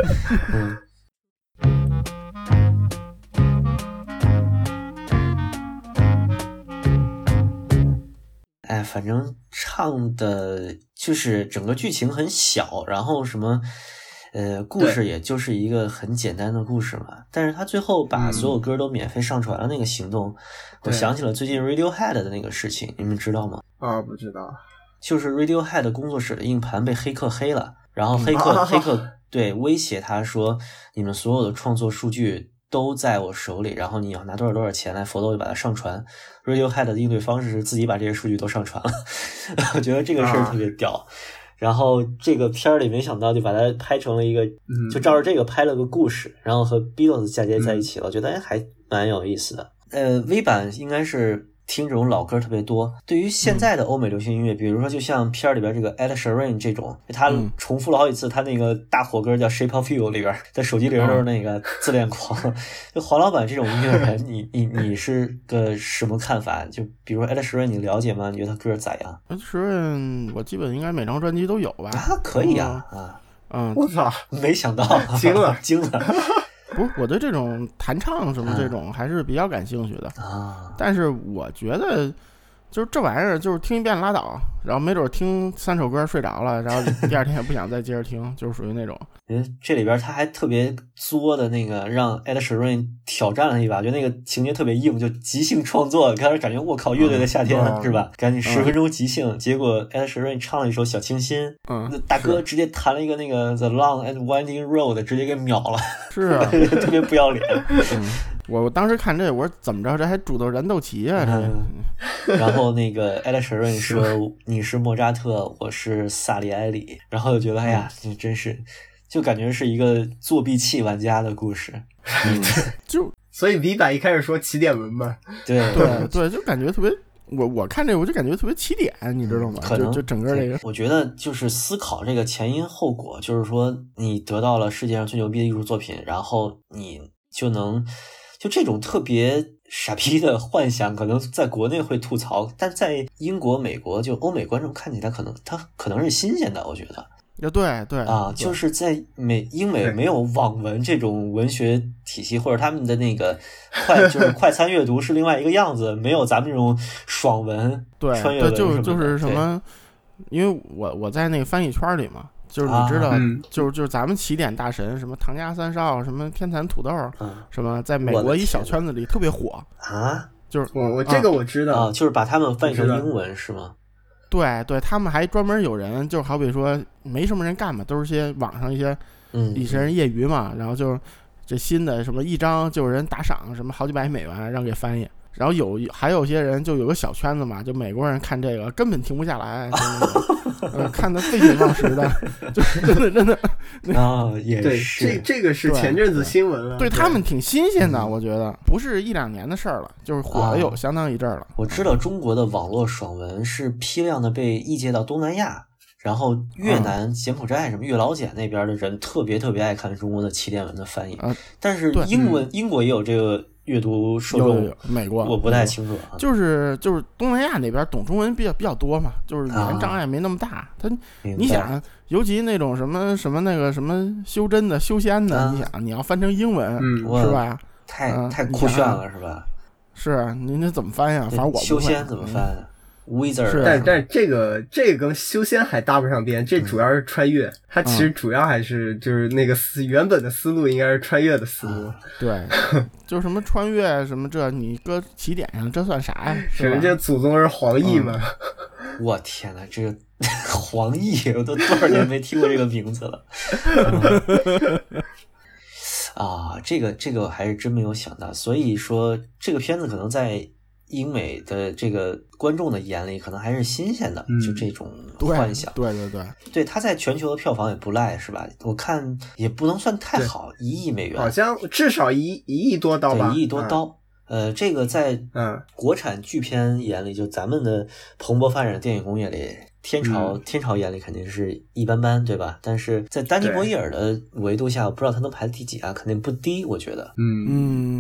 嗯，哎，反正唱的就是整个剧情很小，然后什么，呃，故
对
事也就是一个很简单的故事嘛。但是他最后把
嗯
所有歌都免费上传了那个行动，我
对
想起了最近 Radiohead 的那个事情，你们知道吗？
啊，不知道，
就是 Radiohead 工作室的硬盘被黑客黑了，然后黑客、
啊
黑客对威胁他说，你们所有的创作数据都在我手里，然后你要拿多少多少钱来佛豆就把它上传。Radiohead 的应对方式是自己把这些数据都上传了， <laughs> 我觉得这个事儿特别屌。然后这个片儿里没想到就把它拍成了一个，
嗯
就照着这个拍了个故事，然后和 Beatles 嫁接在一起了，我觉得哎还蛮有意思的。呃，V 版应该是听这种老歌特别多。对于现在的欧美流行音乐，比如说就像片儿里边这个 Ed Sheeran 这种，他
嗯
重复了好几次他那个大火歌叫《Shape of You》里边，在手机铃都是那个自恋狂。 <laughs> 就黄老板这种音乐人，你你你是个什么看法？就比如说 Ed Sheeran，你了解吗？你觉得他歌咋样？
Ed Sheeran 呃我基本应该每张专辑都有吧？
啊，可以啊啊。
嗯，
我操，
没想到，
惊了
惊了 <laughs>
不是，我对这种弹唱什么这种还是比较感兴趣的。
啊！
但是我觉得，就是这玩意儿，就是听一遍拉倒，然后没准听三首歌睡着了，然后第二天也不想再接着听，就是属于那种。
觉得这里边他还特别作的那个，让 Ed Sheeran 挑战了一把，觉得那个情节特别硬，就即兴创作，开始感觉我靠，乐队的夏天、
嗯
是吧？赶紧十
嗯
分钟即兴，结果 Ed Sheeran 唱了一首《小清新》，
嗯
那，大哥直接弹了一个那个 The Long and Winding Road，直接给秒了， <laughs>
是啊，
特别不要脸。
嗯，我我当时看这，我说怎么着，这还煮豆燃豆萁啊？这
嗯然后那个 Ed Sheeran 说：“你是莫扎特，我是萨利埃里。”然后就觉得，哎呀，这真是，就感觉是一个作弊器玩家的故事。
就
所以 V 版一开始说起点文嘛，
对 <laughs>
对对，就感觉特别。我我看这我就感觉特别起点，你知道吗？
可
就
能
就整个这个，
我觉得就是思考这个前因后果，就是说你得到了世界上最牛逼的艺术作品，然后你就能就这种特别傻逼的幻想，可能在国内会吐槽，但在英国、美国就欧美观众看起来，可能他可能是新鲜的，我觉得。
对对哎对
啊，就是在美英美
对
没有网文这种文学体系，或者他们的那个快就是
<laughs>
快餐阅读是另外一个样子，没有咱们这种爽文、
对
穿越
对，
文
就
什
就
么的
是什，么，因为我我在那个翻译圈里嘛，就是你知
啊
道，
嗯
就是就是咱们起点大神，什么唐家三少，什么天蚕土豆，
对嗯
什么在美
我的
国一
天
小
呐
圈子里特别火，
啊
就是
我我这个我
嗯
知道，
啊，就是把他们翻译成
我知道
英文是吗？
对对，他们还专门有人，就好比说没什么人干嘛，都是些网上一些
嗯，
一些人业余嘛，然后就这新的什么一张就有人打赏什么好几百美元让给翻译。然后有还有些人就有个小圈子嘛，就美国人看这个根本停不下来，就那种呃，看的废寝忘食的， <laughs> 就真的真的
啊，也
对，这
是啊
这个是
对
前阵子新闻
<laughs>
了，啊
对他们挺新鲜的，我觉得不是一两年的事儿了，就是火了有
嗯啊
相当一阵儿了。
我知道中国的网络爽文是批量的被译介到东南亚。然后越南、柬埔寨什么越老柬那边的人特别特别爱看中国的起点文的翻译，
啊
但是
对
英文英国也有这个阅读受
有有
众
有，美国
我不太清楚啊。
就是就是东南亚那边懂中文比较比较多嘛，就是语
啊
言障碍没那么大。他
明白
你想，啊尤其那种什么什么那个什么修真的、修仙的，
啊
你想你要翻成英文、
嗯，
我
是吧？
太、
嗯
太
你
酷
想
炫了是吧？
是你那怎么翻呀？
对
反正我不会
嗯
嗯
修仙怎么翻啊？Wizard
是
但但这个这个跟修仙还搭不上边，
嗯
这主要是穿越，它其实主要还是就是那个思原本的思路应该是穿越的思
啊
路，
对，
<laughs>
就什么穿越什么这，你搁起点上这算啥
<laughs>
呀？
可
是吧
能？这祖宗是黄奕嘛，
嗯我天呐，这个 <laughs> 黄奕，我都多少年没听过这个名字了。啊，这个这个我还是真没有想到，所以说这个片子可能在英美的这个观众的眼里，可能还是新鲜的，
嗯
就这种
对
幻想。
对对对，
对，它在全球的票房也不赖，是吧？我看也不能算太
对
好，一亿美元，
好像至少一一亿多刀吧，
对，一亿多
嗯，
刀。呃，这个在
嗯
国产巨片眼里，就咱们的蓬勃发展的电影工业里，天朝、
嗯
天朝眼里肯定是一般般，对吧？但是在丹尼
对
博伊尔的维度下，我不知道他能排第几啊，肯定不低，我觉得。
嗯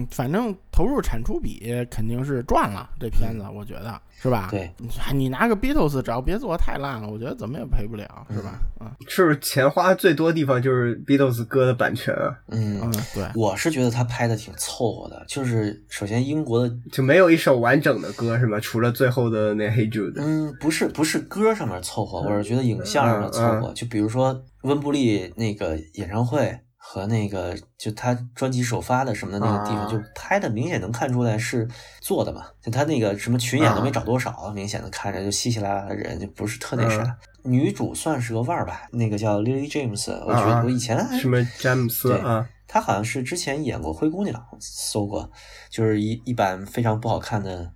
嗯，反正投入产出比肯定是赚了，这片子我觉得是吧？
嗯对，
哎你拿个 Beatles，只要别做得太烂了，我觉得怎么也赔不了，是吧？嗯
是不是钱花最多地方就是 Beatles 歌的版权啊，
嗯
嗯，，对，
我是觉得他拍的挺凑合的，就是首先英国的，
就没有一首完整的歌是吗？除了最后的那 Hey Jude，
嗯，不是不是歌上面凑合，我是觉得影像上面凑
嗯
合。就比如说温布利那个演唱会和那个就他专辑首发的什么的那个地方，
啊
就拍的明显能看出来是做的嘛。就他那个什么群演都没
啊
找多少，明显的看着就稀稀拉拉的人，就不是特那
嗯
啥。女主算是个腕儿吧，那个叫 Lily James，我觉
啊
得我以前还
什么詹姆斯
对
啊，
她好像是之前演过《灰姑娘》，搜过，就是一一版非常不好
<laughs>
看的，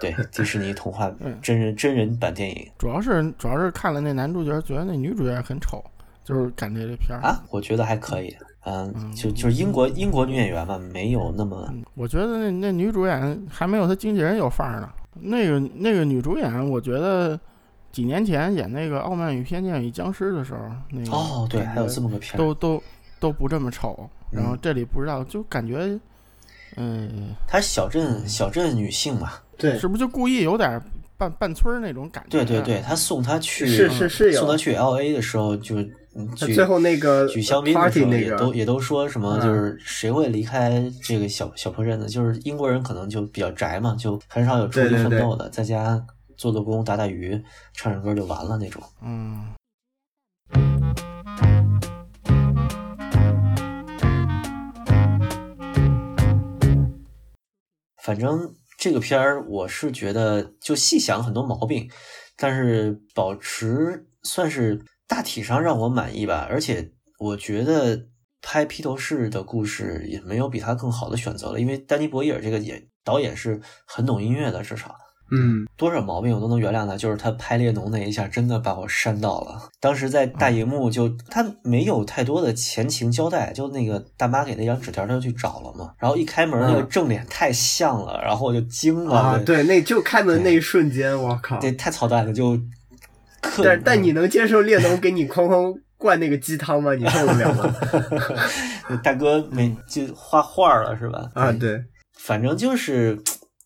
对迪士尼童话
嗯
真人真人版电影
主要是主要是看了那男主角，觉得那女主角很丑，就是感觉这片儿，
啊，我觉得还可以，嗯，
嗯
就就是英国英国女演员嘛，没有那么
嗯我觉得那那女主演还没有她经纪人有范儿呢。那个那个女主演，我觉得几年前演那个《傲慢与偏见与僵尸》的时候，那个
哦，对，
感
还有
觉
这么个片儿，
都都都不这么丑，然
嗯
后这里不知道就感觉，嗯、
她是小镇小镇女性嘛，
对
是不是就故意有点半半村儿那种感觉？
对对对，，她送她去
是是是有啊
送她去 L A 的时候就嗯
他
举
最后那个
举香槟的时
呃 party
候
那
也
个
都也都说什么
嗯
就是谁会离开这个小小破镇子，就是英国人可能就比较宅嘛，就很少有出去
对对
奋
对
斗的，在家做做工打打鱼唱唱歌就完了那种。
嗯，
反正这个片儿，我是觉得就细想很多毛病，但是保持算是大体上让我满意吧。而且我觉得拍披头士的故事也没有比它更好的选择了，因为丹尼博伊尔这个也导演是很懂音乐的，至少。
嗯
多少毛病我都能原谅他，就是他拍列侬那一下真的把我扇到了。当时在大荧幕就他没有太多的前情交代，就那个大妈给那张纸条，他就去找了嘛。然后一开门那个
嗯
正脸太像了，然后我就惊了，
啊，
对
对，那就开门那一瞬间，我靠！
对嗯太操蛋了，就刻。
但但你能接受列侬给你哐哐灌那个鸡汤吗？你受得了吗？
<laughs> 大哥没就画画了是吧？
啊，对，
反正就是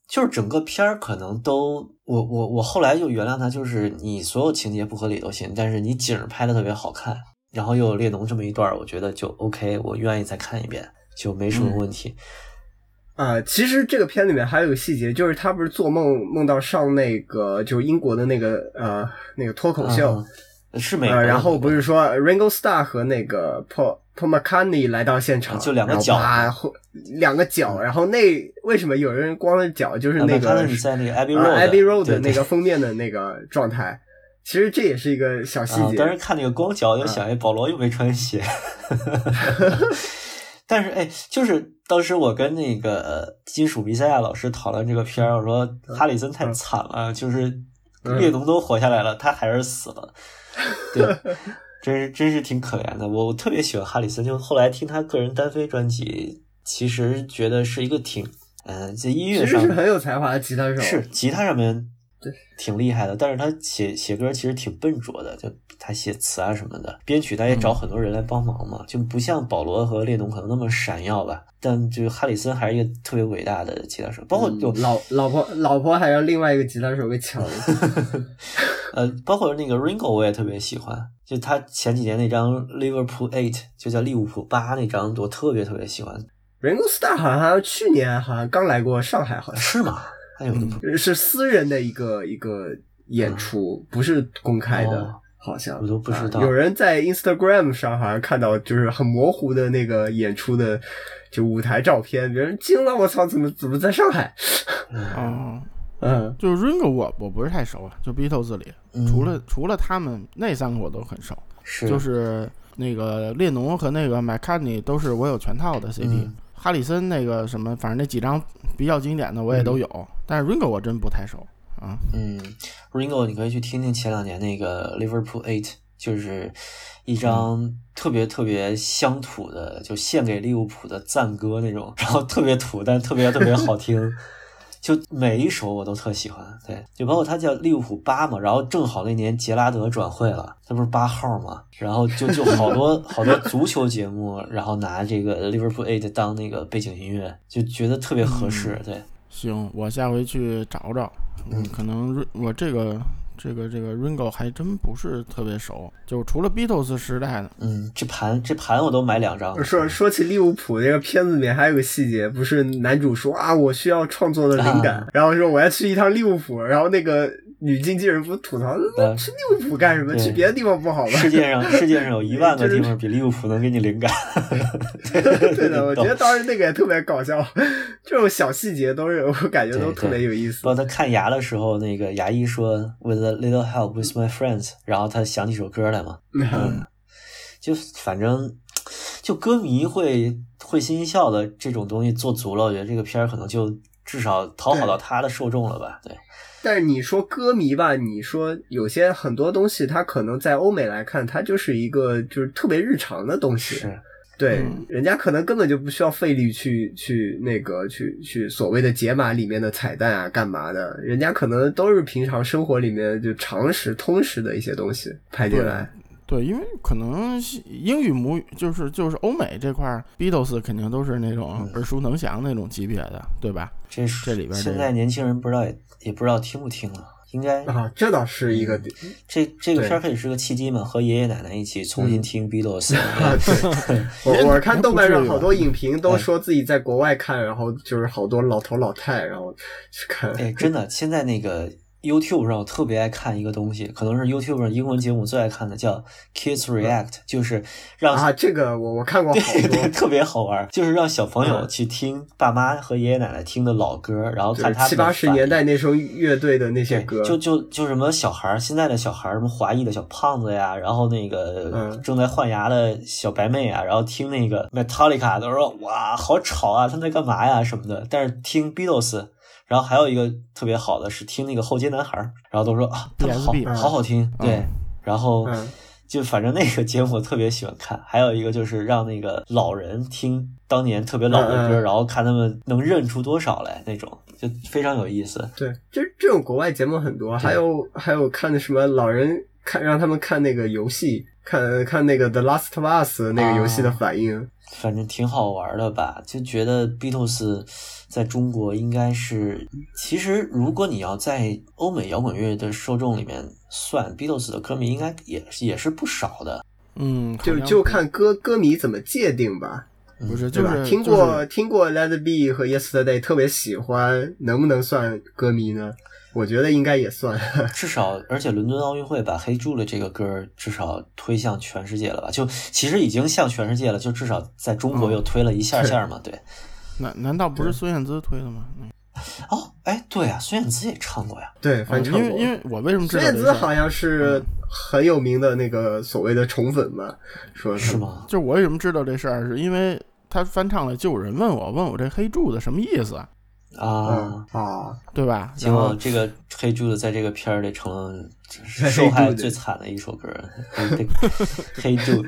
就是整个片儿可能都我我我后来就原谅他，就是你所有情节不合理都行，但是你景儿拍的特别好看，然后又有列侬这么一段儿，我觉得就 OK，我愿意再看一遍，就没
嗯
什么问题。
啊，其实这个片里面还有个细节，就是他不是做梦梦到上那个就是英国的那个呃那个脱口秀，
嗯是美国
呃，
的，
然后不是说 Ringo Starr 和那个 Paul Paul McCartney 来到现场，
啊就两个
然后
脚嗯
啪或两个脚，然后那为什么有人光着脚就是
啊
那
麦
个
康纳在那个 Abbey
啊
Road 的
Abbey Road 的
对对
那个封面的那个状态？其实这也是一个小细
啊，
节，嗯
当时看那个光脚，就想哎，保罗又没穿鞋。 <laughs> 但是哎，就是当时我跟那个呃金属比赛亚老师讨论这个片儿，我说
嗯
哈里森太惨了，就是列侬都活下来了，他还是死了。
<laughs>
对，真是真是挺可怜的。我我特别喜欢哈里森，就后来听他个人单飞专辑，其实觉得是一个挺嗯，在、音
其
乐
实
上
是很有才华的吉他手，
是吉他上面挺厉害的。但是他写写歌其实挺笨拙的，就他写词啊什么的，编曲他也找很多人来帮忙嘛，就不像保罗和列侬可能那么闪耀吧。但就是哈里森还是一个特别伟大的吉他手，包括就、
嗯老老婆老婆还让另外一个吉他手给抢了。
<laughs> 呃，包括那个 Ringo 我也特别喜欢，就他前几年那张 Liverpool Eight 就叫利物浦八那张，我特别特别喜欢，
Ringo Starr 好像去年好像刚来过上海，好像
是吗？哎呦，
嗯
是私人的一个一个演出，不嗯是公开的，
啊哦
好像
我都不知道
啊有人在 Instagram 上好像看到，就是很模糊的那个演出的就舞台照片，别人惊了，我操，怎么怎么在上海？ <laughs>
嗯，
嗯，
就是 Ringo 我我不是太熟啊，就 Beatles 里
嗯
除了除了他们那三个我都很熟，
是
就是那个列侬和那个 McCartney 都是我有全套的 CD，、
嗯
哈里森那个什么，反正那几张比较经典的我也都有，但是 Ringo 我真不太熟啊。
嗯，Ringo，你可以去听听前两年那个 Liverpool Eight，就是一张特别特别乡土的，就献给利物浦的赞歌那种， <laughs> 然后特别土，但特别特别好听。 <laughs> 就每一首我都特喜欢，对，就包括他叫利物浦八嘛，然后正好那年杰拉德转会了，他不是八号嘛，然后就就好多好多足球节目，然后拿这个 Liverpool Eight 当那个背景音乐，就觉得特别合适，对，
行，我下回去找找。嗯，可能 Ri- 我这个这个这个 Ringo 还真不是特别熟，就除了 Beatles 时代的，
嗯，这盘这盘我都买两张了，
说说起利物浦那个片子里面还有个细节，不是男主说啊，我需要创作的灵感，
啊
然后说我要去一趟利物浦，然后那个女经纪人不吐槽，啊
嗯
去利物浦干什么？
对
去别的地方不好吗？
世界上世界上有一万个
<laughs> 就是
地方比利物浦能给你灵感。
<laughs>
<laughs>
对的，我觉得
懂
当时那个也特别搞笑，这种小细节都是我感觉都
对
特别有意思。
包括他看牙的时候，那个牙医说 “with a little help with my friends”，然后他想起首歌来嘛，嗯，就反正就歌迷会会心一笑的这种东西做足了，我觉得这个片儿可能就至少讨好到他的受众了吧？对，
但是你说歌迷吧，你说有些很多东西，它可能在欧美来看，它就是一个就是特别日常的东西。
是，
对，
嗯
人家可能根本就不需要费力去去那个去去所谓的解码里面的彩蛋啊，干嘛的？人家可能都是平常生活里面就常识、通识的一些东西拍进来。
对，因为可能西英语母语就是就是欧美这块儿，Beatles 肯定都是那种
嗯
耳熟能详那种级别的，对吧？
这是
这里边这
现
个
在年轻人不知道也也不知道听不听了，应该
啊，这倒是一个
嗯这这个
对嗯
片儿可以是个契机嘛，和爷爷奶奶一起重新听 Beatles，、
<laughs> 啊，对，我我看豆瓣上好多影评
哎
都说自己在国外看，然后就是好多老头老太，然后去看。
<laughs> 哎，真的，现在那个 YouTube 上我特别爱看一个东西，可能是 YouTube 上英文节目最爱看的，叫 Kids React，、就是让、
啊，这个我我看过好
<laughs> 对对
多，
特别好玩儿，就是让小朋友
嗯
去听爸妈和爷爷奶奶听的老歌，然后
就
看他们
是七八十
反应
年代那时候乐队的那些
对，
歌，
就就就什么小孩儿，现在的小孩儿，什么华裔的小胖子呀，然后那个
嗯
正在换牙的小白妹啊，然后听那个 Metallica 都说哇好吵啊，他们在干嘛呀什么的，但是听 Beatles。然后还有一个特别好的是听那个后街男孩儿，然后都说啊，他们好
PSB
好好听，
嗯
对，然后
嗯
就反正那个节目我特别喜欢看，还有一个就是让那个老人听当年特别老的歌，
嗯嗯
然后看他们能认出多少来那种，就非常有意思。
对，这这种国外节目很多，还有还有看的什么老人看让他们看那个游戏，看看那个 The Last of Us
啊
那个游戏的反应，
反正挺好玩的吧，就觉得 Beatles 在中国应该是，其实如果你要在欧美摇滚乐的受众里面算，Beatles 的歌迷应该也也是不少的。
嗯，好
就
像
就看歌歌迷怎么界定吧。
不是
对
就
吧？
是
听
就是
过、听过 Let It Be 和 Yesterday，特别喜欢，能不能算歌迷呢？我觉得应该也算。 <laughs>
至少，而且伦敦奥运会把《黑 j u 的这个歌儿至少推向全世界了吧？就其实已经向全世界了，就至少在中国又推了一下下嘛。对，
难难道不是孙燕姿推的吗？嗯
哦，哎，对啊，孙燕姿也唱过呀。
对，
啊
翻
因
唱
为
过。
因为我为什么知
孙
道
燕
这
姿
事
好
儿？
像
嗯
是很有名的那个所谓的宠粉嘛，说
是？吗？
就我为什么知道这事儿，是因为他翻唱了，就有人问我，问我这黑柱子什么意思，
啊
嗯，啊，
对吧？
结
然后
果这个黑柱的在这个片儿里成了
<laughs> 黑
受
柱
害
的
最惨的一首歌，被黑柱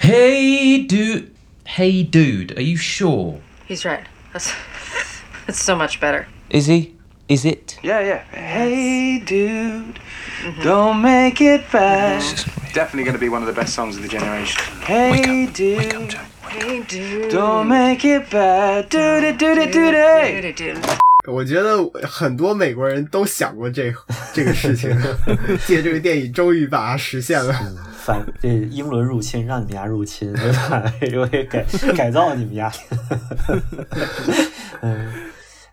Hey dude, hey dude, are you sure?
<laughs> He's right. That's, that's so much better.
Is he? Is it?
Yeah, yeah. Hey, dude, don't make it bad. Definitely going to be one of the best songs of the generation. Hey, dude. Hey, dude. Don't make it bad. Do do do do do do.
我觉得很多美国人都想过这这个
<laughs>
事情，借这个电影终于把它实现了。
嗯反这英伦入侵，让你们家入侵， <laughs> 对吧？我也改改造你们家。 <laughs> 嗯，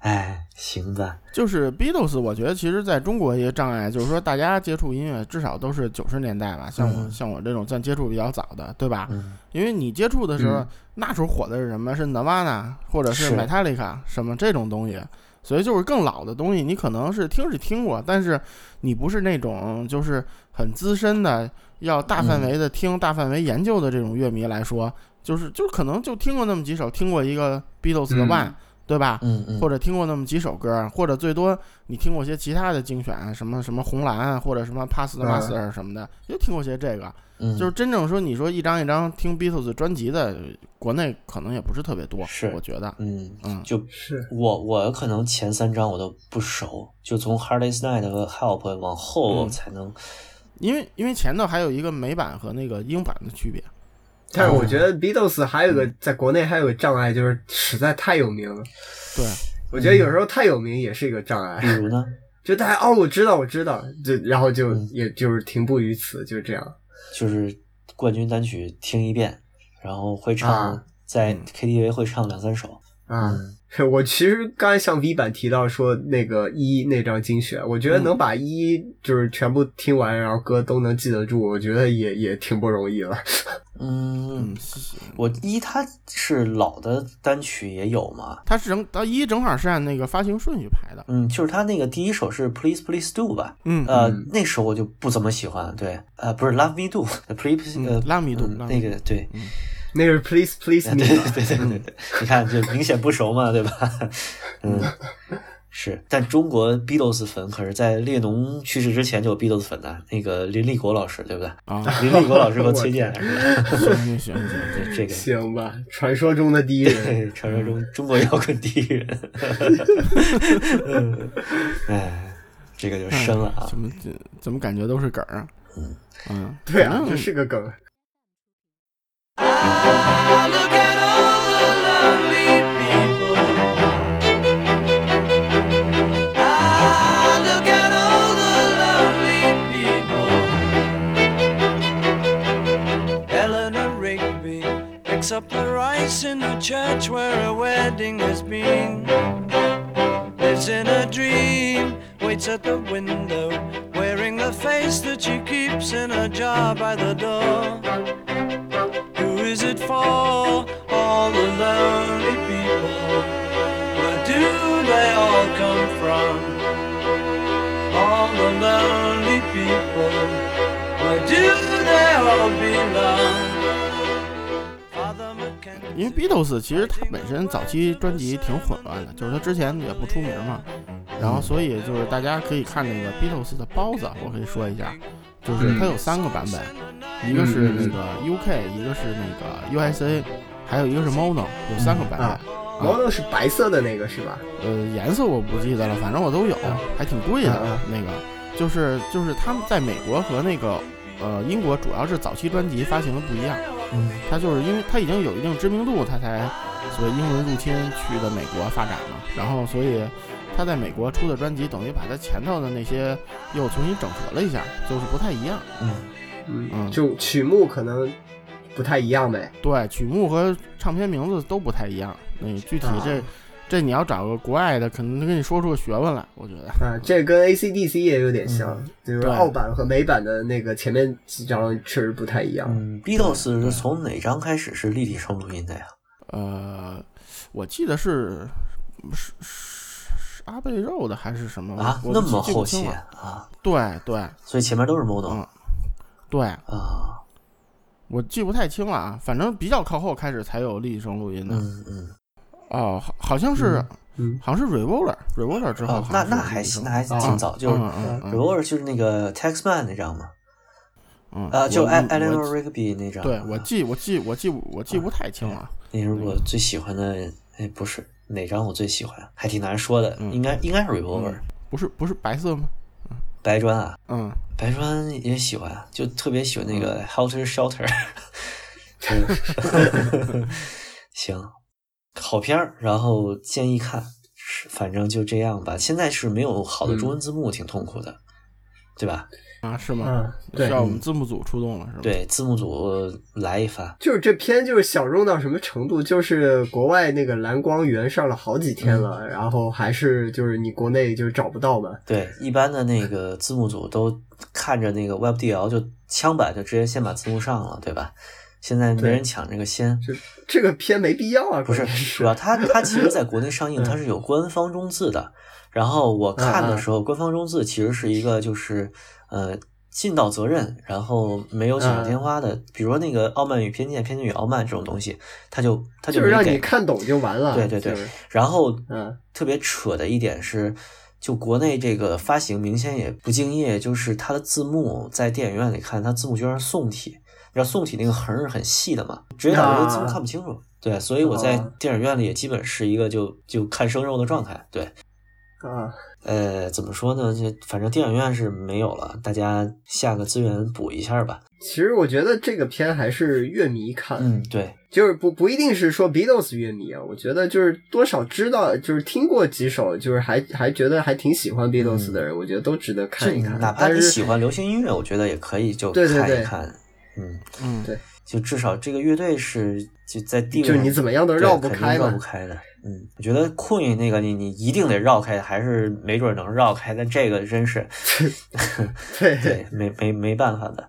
哎，行吧，
就是 Beatles，我觉得其实在中国一个障碍就是说，大家接触音乐至少都是九十年代吧，像我、
嗯
像我这种算接触比较早的，对吧？
嗯
因为你接触的时候，
嗯
那时候火的是什么？是 Nirvana 或者是
是
Metallica 什么这种东西，所以就是更老的东西，你可能是听是听过，但是你不是那种就是很资深的，要大范围的听、大范围研究的这种乐迷来说，就是就是可能就听过那么几首，听过一个 Beatles 的
嗯
One，、对吧？
嗯嗯，
或者听过那么几首歌，或者最多你听过些其他的精选，什么什么红蓝啊，或者什么帕斯的马斯尔什么的，也听过些这个。
嗯
就是真正说你说一张一张听 Beatles 专辑的，国内可能也不是特别多，
是
我觉得，
嗯，
嗯，
就是我我可能前三张我都不熟，就从 Hard Day's Night 和 Help 往后
嗯
才能，
因为因为前头还有一个美版和那个英版的区别，
但
哦
是我觉得 Beatles 还有个
嗯
在国内还有个障碍，就是实在太有名了。
对，
我
嗯
觉得有时候太有名也是一个障碍
比，如呢，
就大家哦，我知道，我知道，就然后
嗯
就也就是停步于此，就这样。
就是冠军单曲听一遍，然后会唱
啊
在
嗯
KTV 会唱两三首，
啊，
嗯
<laughs> 我其实刚才像 V 版提到说那个一那张精选，我
嗯
觉得能把一就是全部听完，然后歌都能记得住，我觉得也也挺不容易了。
嗯
嗯，，谢谢
我一它是老的单曲也有嘛，
它是整到一正好是按那个发行顺序排的，
嗯，就是它那个第一首是 Please Please Do 吧，
嗯，
呃
嗯，
那时候我就不怎么喜欢，对，呃，不是 Love Me Do，Please，呃
嗯，拉米度
嗯
拉米
那个对，
那个 Please Please
<laughs>
嗯
对
Me，
对对对对对，你看这明显不熟嘛，对吧？
<laughs>
嗯，是，但中国 Beatles 粉可是在列侬去世之前就有 Beatles 粉的，那个林立国老师，对不对？ <laughs>
啊，
林立国老师和
<laughs>
崔健是吧？
行行行行，
对这个。
行吧，传说中的第一人。
对，传说中
<laughs>
中国摇滚第一人，嗯哎，这个就深了啊
怎！么这怎么感觉都是梗儿啊？嗯
对啊，
嗯
这是个梗。
Look at all the lovely people. Ah, look at all the lovely people. Eleanor Rigby picks up the rice in the church where a wedding has been. Lives in a dream, waits at the window, wearing the face that she keeps in a jar by the door. Who is it for? All the lonely people. Where do they all come from? All the lonely people. Where do they all belong? Father Mackenzie-
因为 Beatles 其实他本身早期专辑挺混乱的，就是他之前也不出名嘛，然后所以就是大家可以看那个 Beatles 的包子，我可以说一下，就是它有三个版本，一个是那个 UK，一个是那个 USA，还有一个是 Mono，有三个版
啊
本。
Mono 是白色的那个是吧？
呃，颜色我不记得了，反正我都有，还挺贵的
啊
那个。就是就是他们在美国和那个呃英国主要是早期专辑发行的不一样。
嗯，
他就是因为他已经有一定知名度，他才所谓英伦入侵去的美国发展嘛。然后所以他在美国出的专辑，等于把他前头的那些又重新整合了一下，就是不太一样。嗯
嗯，就曲目可能不太一样呗。
对，曲目和唱片名字都不太一样。那具体这、
啊
这你要找个国外的，可能跟你说出个学问来，我觉得。
啊，这跟 AC/DC 也有点像，就是
对
澳版和美版的那个前面几张确实不太一样。
嗯，Beatles 是从哪张开始是立体声录音的呀？
呃，我记得是是是是阿贝肉的还是什么
啊，
嗯我
那
记
么
记不
后
清
期
了
啊，
对对
所以前面都是 mono
嗯对，
啊，
我记不太清了啊，反正比较靠后开始才有立体声录音的。
嗯嗯，
哦，好好像是，
嗯嗯
好像是 Revolver Revolver 之后、
哦，那那还行，那还挺早，就是
嗯嗯嗯
Rover 就是那个 Taxman 那张嘛，
嗯，
啊，就
我
e
我
l e n o r Rigby 那张，啊嗯
对我记我记我记我记不太清了。
那是我最喜欢的，哎，不是，哪张我最喜欢？还挺难说的，应该应该是 Revolver，、
不是不是白色吗？
白砖啊，
嗯，
白砖也喜欢，就特别喜欢那个 Helter Shelter。行，好片儿，然后建议看，是反正就这样吧。现在是没有好的中文字幕，挺痛苦的，对吧？
啊是吗？
嗯，对
需，要我们字幕组出动了是吧？，
对，字幕组来一发。
就是这片就是小众到什么程度，就是国外那个蓝光源上了好几天了，然后还是就是你国内就找不到嘛。
对，一般的那个字幕组都看着那个 WebDL 就枪版就直接先把字幕上了，对吧？现在没
对
人抢这个先。
这这个片没嗯必要啊，
不是
关键，是
主要它它其实在国内上映，它是有官方中字的。然后
嗯
我看的时候，官方中字其实是一个就是呃尽到责任，然后没有
嗯
锦上添花的，比如说那个《傲慢与偏见》《偏见与傲慢》这种东西，它就它
就是
没
让
给
你看懂就完了。
对对对
就是，
然后
嗯
特别扯的一点是，就国内这个发行明显也不敬业，就是它的字幕在电影院里看，它字幕居然是宋体，你知道宋体那个横是很细的嘛，直接导致这个字幕
啊
看不清楚。对，所以我在
哦
电影院里也基本是一个就就看生肉的状态。对，
啊，
呃，怎么说呢？这反正电影院是没有了，大家下个资源补一下吧。
其实我觉得这个片还是乐迷看，
嗯，对，
就是不不一定是说 Beatles 乐迷啊，我觉得就是多少知道，就是听过几首，就是还还觉得还挺喜欢 Beatles 的人，我觉得都值得看一
嗯就
看。
哪怕
但
你
是
喜欢流行音乐，我觉得也可以就看
对对
一
对
看。嗯。
嗯
对
就至少这个乐队是就在地位
就
上，
是你怎么样都
对
绕不
肯定
开
绕
嘛
不开的。嗯，我觉得 Queen 那个你你一定得绕开，还是没准能绕开，但这个真是
<laughs>
<laughs>
对
对没没没办法的。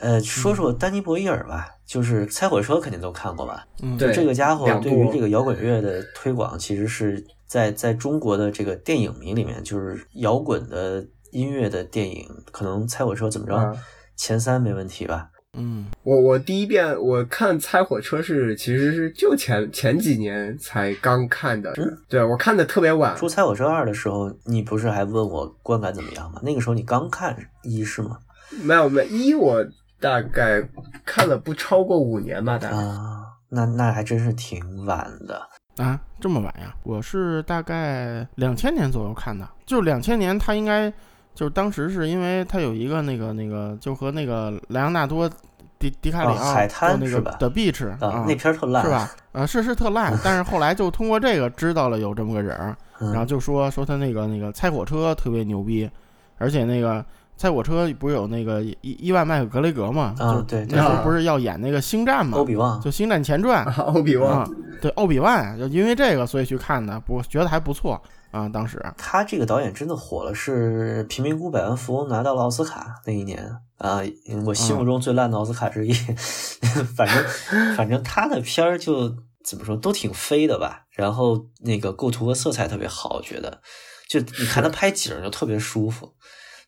呃，
嗯
说说丹尼博伊尔吧，就是《猜火车》肯定都看过吧？
嗯
对
这个家伙
两
对于
部
这个摇滚乐的推广，其实是在在中国的这个电影迷里面，就是摇滚的音乐的电影，可能猜我说怎么着，
啊
嗯
前三没问题吧？
嗯
我我第一遍我看《猜火车》是其实是就前前几年才刚看的，对我看的特别晚，
出猜我说二的时候，你不是还问我观感怎么样吗？那个时候你刚看一是吗？
没有没有一我大概看了不超过五年吧，大概。
啊，那那还真是挺晚的。
啊，这么晚呀？我是大概两千年左右看的，就两千年，他应该就是当时是因为他有一个那个那个，就和那个莱昂纳多迪迪卡里奥、
哦海滩
就那
是
个
吧
的 Beach
啊，那片儿特烂，
是吧？啊，是是特烂，但是后来就通过这个知道了有这么个人儿，
嗯？
然后就说说他那个那个猜火车特别牛逼，而且那个猜火车不是有那个伊伊万麦克格雷格嘛？
啊
就
对对
那时候
对
不是要演那个星战嘛？
欧比旺
就星战前
<laughs>
传，
<laughs> 啊，欧比旺，
啊，对，奥比万就因为这个所以去看的，不觉得还不错啊。当时
他这个导演真的火了，是《贫民窟百万富翁》拿到了奥斯卡那一年啊，我心目中最烂的奥斯卡之一。 <laughs> 反正反正他的片儿就怎么说都挺飞的吧，然后那个构图和色彩特别好，我觉得就你看他拍景儿就特别舒服。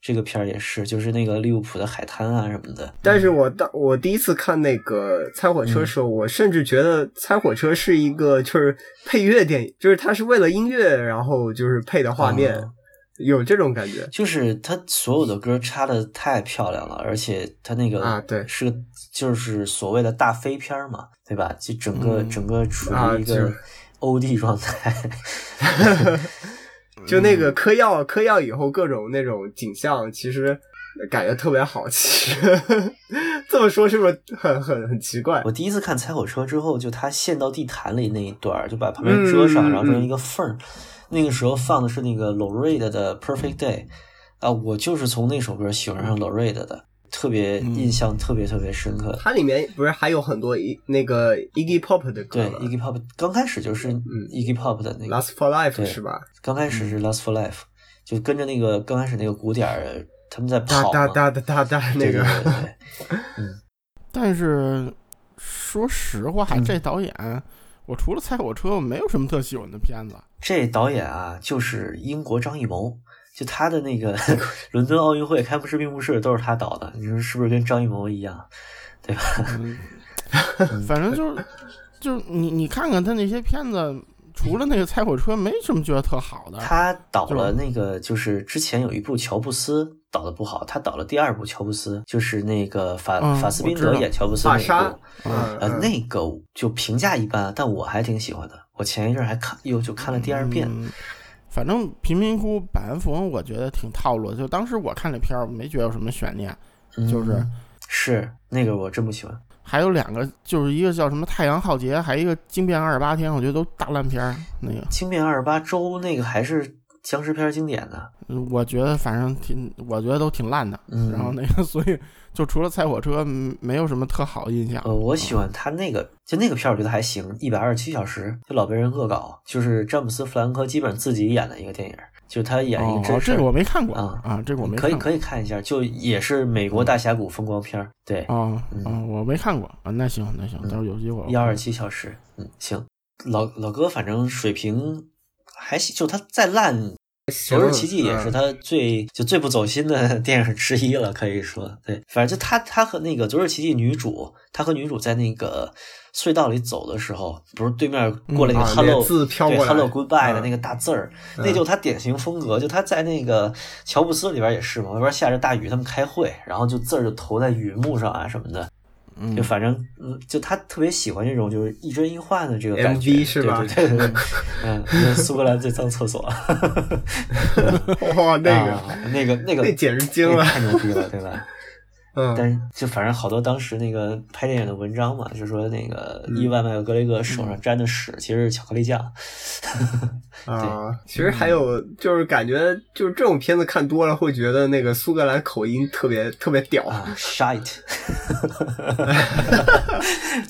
这个片儿也是，就是那个利物浦的海滩啊什么的，
但是我当我第一次看那个《猜火车》的时候，我甚至觉得《猜火车》是一个就是配乐电影，就是它是为了音乐，然后就是配的画面，
哦
有这种感觉。
就是他所有的歌插的太漂亮了，而且他那个
啊对
是个就是所谓的大飞片儿嘛，对吧？就整个、
嗯
整个处
啊
于一
就
个
是
OD <laughs> 状态，嗯
就那个嗑药，嗑药以后各种那种景象，其实感觉特别好。 <laughs> 其实这么说是不是很很很奇怪
我？第一次看《猜火车》之后，就他陷到地毯里那一段儿，就把旁边遮上，
嗯嗯
然后变成一个缝儿。那个时候放的是那个 Lorraine 的《Perfect Day》，啊，我就是从那首歌喜欢上 Lorraine 的，特别
嗯
印象特别特别深刻。
它里面不是还有很多一那个 Iggy Pop 的歌
对
吗
，Iggy Pop 刚开始就是
嗯
Iggy Pop 的那个
？Last for Life
对
是吧？
刚开始是 Last for Life，就跟着那个刚开始那个鼓点儿，他们在
哒
跑
哒
嘛
哒哒哒哒，
对
那个
对对对对
但是说实话，
嗯
这导演我除了猜火车，我没有什么特喜欢的片子。
这导演啊，就是英国张艺谋，就他的那个伦敦奥运会开幕式、闭幕式都是他导的，你说是不是跟张艺谋一样？对吧？
嗯反正就是就是你你看看他那些片子，除了那个猜火车，没什么觉得特好的。
他导了那个，就是之前有一部乔布斯导的不好，他导了第二部《乔布斯》，就是那个法、
嗯
法斯宾
我
德
知道
演乔布斯
法
那一
沙
部，，
嗯
呃，
嗯
那个就评价一般，但我还挺喜欢的。我前一阵儿还看又就看了第二遍，
嗯反正《贫民窟百万富翁》我觉得挺套路的，就当时我看这片儿，我没觉得有什么悬念。就是
嗯是那个我真不喜欢。
还有两个，就是一个叫什么《太阳浩劫》，还一个《惊变二十八天》，我觉得都大烂片儿。那个，
惊变二十八周那个还是僵尸片儿经典呢。
嗯我觉得反正挺，我觉得都挺烂的。
嗯，
然后那个，所以就除了菜火车，嗯没有什么特好的印象。
呃，我喜
啊
欢他那个，就那个片儿，我觉得还行，一百二十七小时，就老被人恶搞，就是詹姆斯·弗兰科基本上自己演的一个电影，就是他演一
哦
个真事
这
儿、
个我没看过
啊
啊，这个我没
可以
看过
可以看一下，就也是美国大峡谷风光片儿，对，
啊
嗯
啊，我没看过啊。那行那行，到时候有机会我
一二七小时，嗯，行，老老哥反正水平还行，就他再烂，《
行
昨日奇迹》也是
嗯
他最、就最不走心的 <laughs> 电影之一了，可以说，对，反正就他他和那个《昨日奇迹》女主，他和女主在那个隧道里走的时候，不是对面过来那个
嗯啊那个
“hello”、
字飘过
对
来
“hello goodbye” 的
嗯
那个大字儿，那就他典型风格，就他在那个乔布斯里边也是嘛，外边下着大雨，他们开会，然后就字儿就投在云幕上啊什么的，
嗯
就反正嗯，就他特别喜欢这种就是一真一幻的这个感觉
MV 是吧
对对对对，嗯，就是苏格兰最脏厕所，
<laughs> 哇， <laughs> 那个
啊那个那个
那简直惊了
那太牛逼了，对
<laughs>
吧？
嗯，
但是就反正好多当时那个拍电影的文章嘛，就说那个
嗯
伊万麦格雷格手上沾的屎其实是巧克力酱，
啊，其实还有就是感觉就是这种片子看多了会觉得那个苏格兰口音特别特别屌，
啊，shite，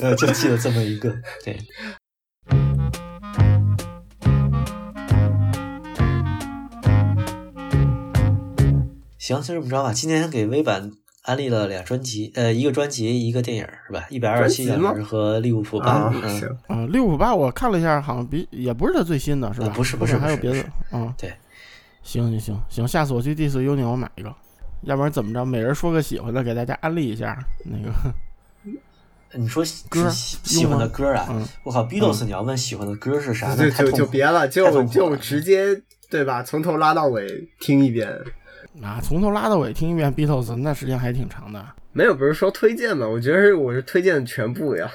呃，就记得这么一个，对，行，就这么着吧。今天给微版安利了俩专辑，呃，一个专辑，一个电影儿，是吧？一百二十七
专
小
辑吗
时和利物浦吧，
啊，
嗯，
行，
啊，六五八我看了一下，好像比也不是他最新的，是吧？
呃不是不是
后面还有
不是
别的啊。
对，
行行行行，下次我去 Dis Union 我买一个，要不然怎么着，每人说个喜欢的，给大家安利一下那个。 <laughs>
嗯你说喜
歌儿
喜喜欢的歌儿啊？
嗯
我靠，Beatles，你要问喜欢的歌儿是啥，那
就
嗯太
就
痛
就
苦
别了，
太痛
就
苦
就
了
直接对吧？从头拉到尾听一遍。
啊，从头拉到尾听一遍 Beatles，那时间还挺长的，啊
没有，不是说推荐嘛？我觉得是我是推荐全部呀。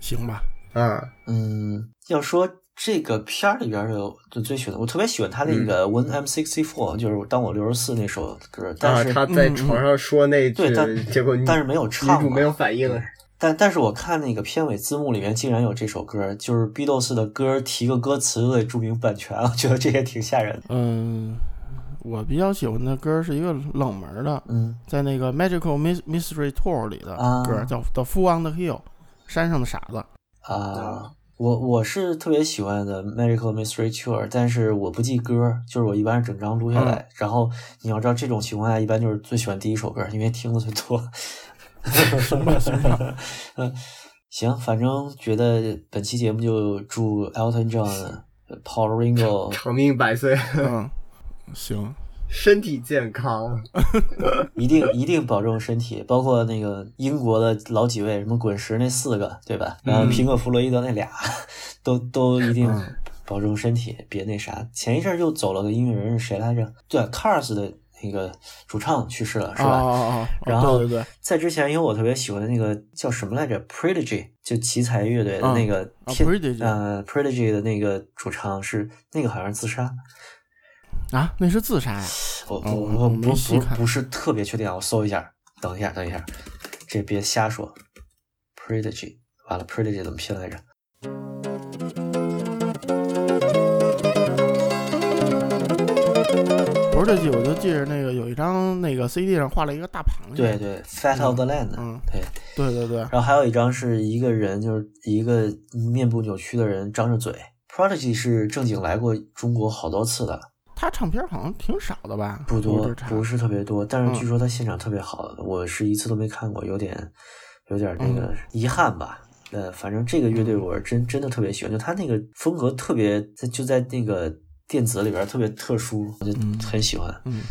行吧？
啊，
嗯，要说这个片儿里边儿的，就最喜欢的，我特别喜欢他那个《
嗯
When I'm Sixty Four》，就是当我六十四那首歌，但
啊，
是、嗯
他在床上说那句
对，，但
结果女
但是没有
女
唱
主
嘛
没有反应。
但但是我看那个片尾字幕里面竟然有这首歌，就是 Beatles 的歌提个歌词都得注明版权，我觉得这也挺吓人的。
嗯，我比较喜欢的歌是一个冷门的，
嗯
在那个 Magical Mys- Mystery Tour 里的
啊
歌，叫《The Fool on the Hill》，山上的傻子。
啊，我我是特别喜欢的《Magical Mystery Tour》，但是我不记歌，就是我一般是整张录下来。然后你要知道，这种情况下一般就是最喜欢第一首歌，因为听的最多。 <laughs> 嗯，行，反正觉得本期节目就祝 Elton John、Paul 呃 Ringo
长命百岁， <laughs>
嗯，哦行，
身体健康。
一定一定保重身体，包括那个英国的老几位，什么滚石那四个，对吧？然后
嗯
苹果弗洛伊德那俩， <laughs> 都都一定
嗯
保重身体，别那啥。前一阵儿又走了个音乐人是谁来着？对，Cars 啊的那个主唱去世了，是
哦
吧？
哦哦，
然后
对对对，
在之前有我特别喜欢的那个叫什么来着，Prodigy，就奇才乐队的那个
啊
天、
，Prodigy
呃 Prodigy 的那个主唱是那个好像是自杀，
啊，那是自杀呀、
我
哦
我
我
我
没
不
细
不
看
不是特别确定啊，我搜一下，等一下等一下，这别瞎说。Prodigy，完了，Prodigy 怎么拼来着？
不是这季，我就记着那个有一张那个 CD 上画了一个大螃蟹。
对对，Fat of the Land，、
嗯
对。
对对对，
然后还有一张是一个人，就是一个面部扭曲的人张着嘴。Prodigy 是正经来过中国好多次的，
他唱片好像挺少的吧？
不
我
多
只，查
不是特别多，但是据
嗯
说他现场特别好，我是一次都没看过，有点有点那个
嗯
遗憾吧。呃，反正这个乐队我是真真的特别喜欢，就他那个风格特别，在就在那个电子里边儿特别特殊，我就
嗯
很喜欢。
嗯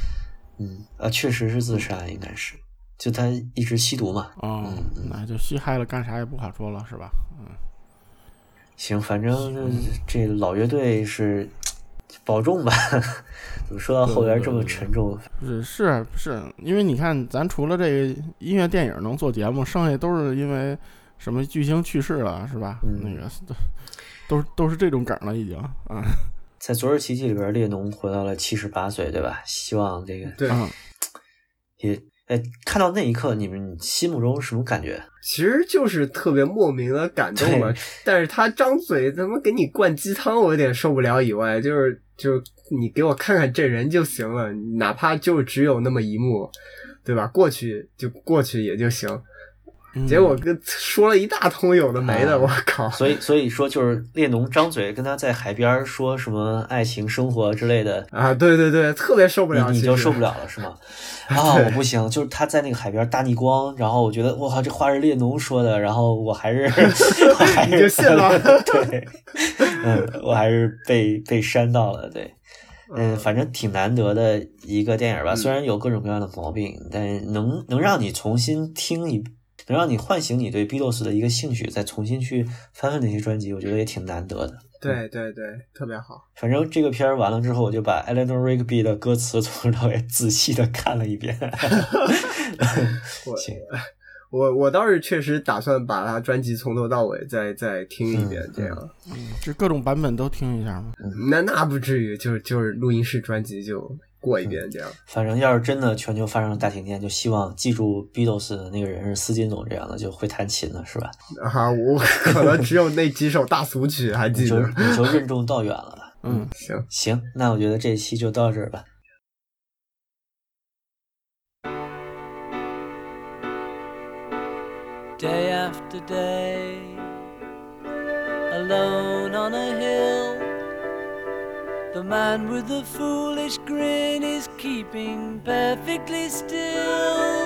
嗯啊，确实是自杀，应该是，就他一直吸毒嘛。
哦
嗯，嗯
那就嘻嗨了，干啥也不好说了，是吧？嗯，
行，反正这老乐队是保重吧。 <laughs> 怎么说到后边这么沉重？
是是是，因为你看，咱除了这个音乐电影能做节目，剩下都是因为什么巨星去世了，是吧？
嗯
那个都都是都是这种梗了，已经啊，
在《昨日奇迹》里边，列侬活到了七十八岁，对吧？希望这个
对，
嗯
也哎，看到那一刻，你们心目中什么感觉？
其实就是特别莫名的感动嘛
对。
但是他张嘴他妈给你灌鸡汤，我有点受不了。以外，就是就是你给我看看这人就行了，哪怕就只有那么一幕，对吧？过去就过去也就行。
嗯
结果跟说了一大通有的没的，
啊
我靠！
所以，所以说就是列侬张嘴跟他在海边说什么爱情、生活之类的，
啊，对对对，特别受不了，
你你就
其实
受不了了是
<laughs>
吗？啊，我不行，就是他在那个海边大逆光，然后我觉得我靠，这话是列侬说的，然后我
<laughs>
还是我还是
你就信了
<laughs> 对，嗯，我还是被被扇到了，对。嗯，反正挺难得的一个电影
嗯
吧，虽然有各种各样的毛病，但能能让你重新听一，能让你唤醒你对 Beatles 的一个兴趣，再重新去翻翻那些专辑，我觉得也挺难得的。
对对对，特别好。
反正这个片儿完了之后，我就把 Eleanor Rigby 的歌词从头到尾仔细的看了一遍。
我
行，
我我倒是确实打算把他专辑从头到尾再再听一遍
嗯，
这样。
这各种版本都听一下嘛。
那那不至于，就是就是录音室专辑就过一遍这样。
反正要是真的全球发生了大停电，就希望记住 Beatles 的那个人是斯金总这样的，就会弹琴了，是吧？
啊，我 <laughs> 可能只有那几首大俗曲还
你
记
就
得。
你就任重道远了吧。
嗯，
行，
行，那我觉得这一期就到这儿吧。
day after day. Alone on a hill, the man with the foolish grin is keeping perfectly still.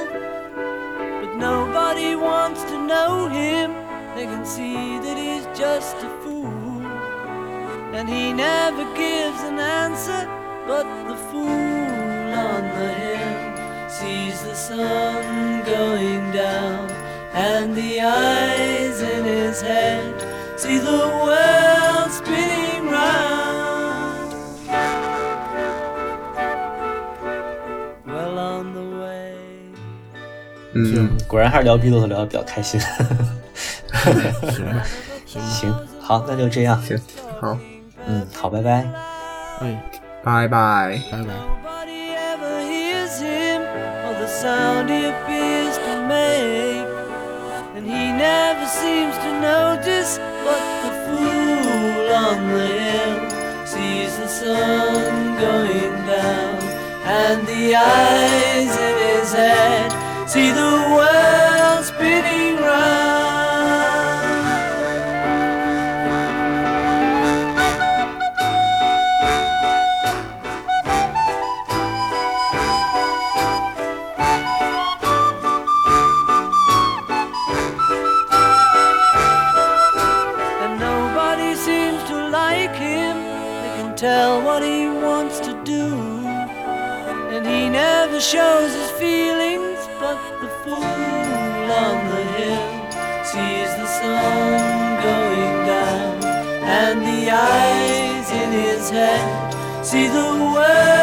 But nobody wants to know him, they can see that he's just a fool. And he never gives an answer, but the fool on the hill sees the sun going down and the eyes in his head see the world spinning round. Well on the way.
嗯，
果然还是聊 B 豆聊的比较开心。
行吧，行吧，
<laughs> 行，好，那就这样。
行，好，
嗯，好，拜拜。
哎，
拜拜。
拜拜。
Nobody ever hears him or the sound he appears to make. And he never seems to notice, but the fool on the hill sees the sun going down. And the eyes in his head see the world spinning round. and nobody seems to like him. They can tell what he wants to do, and he never shows his feelings. But the fool on the hill sees the sun going down, and the eyes in his head see the world.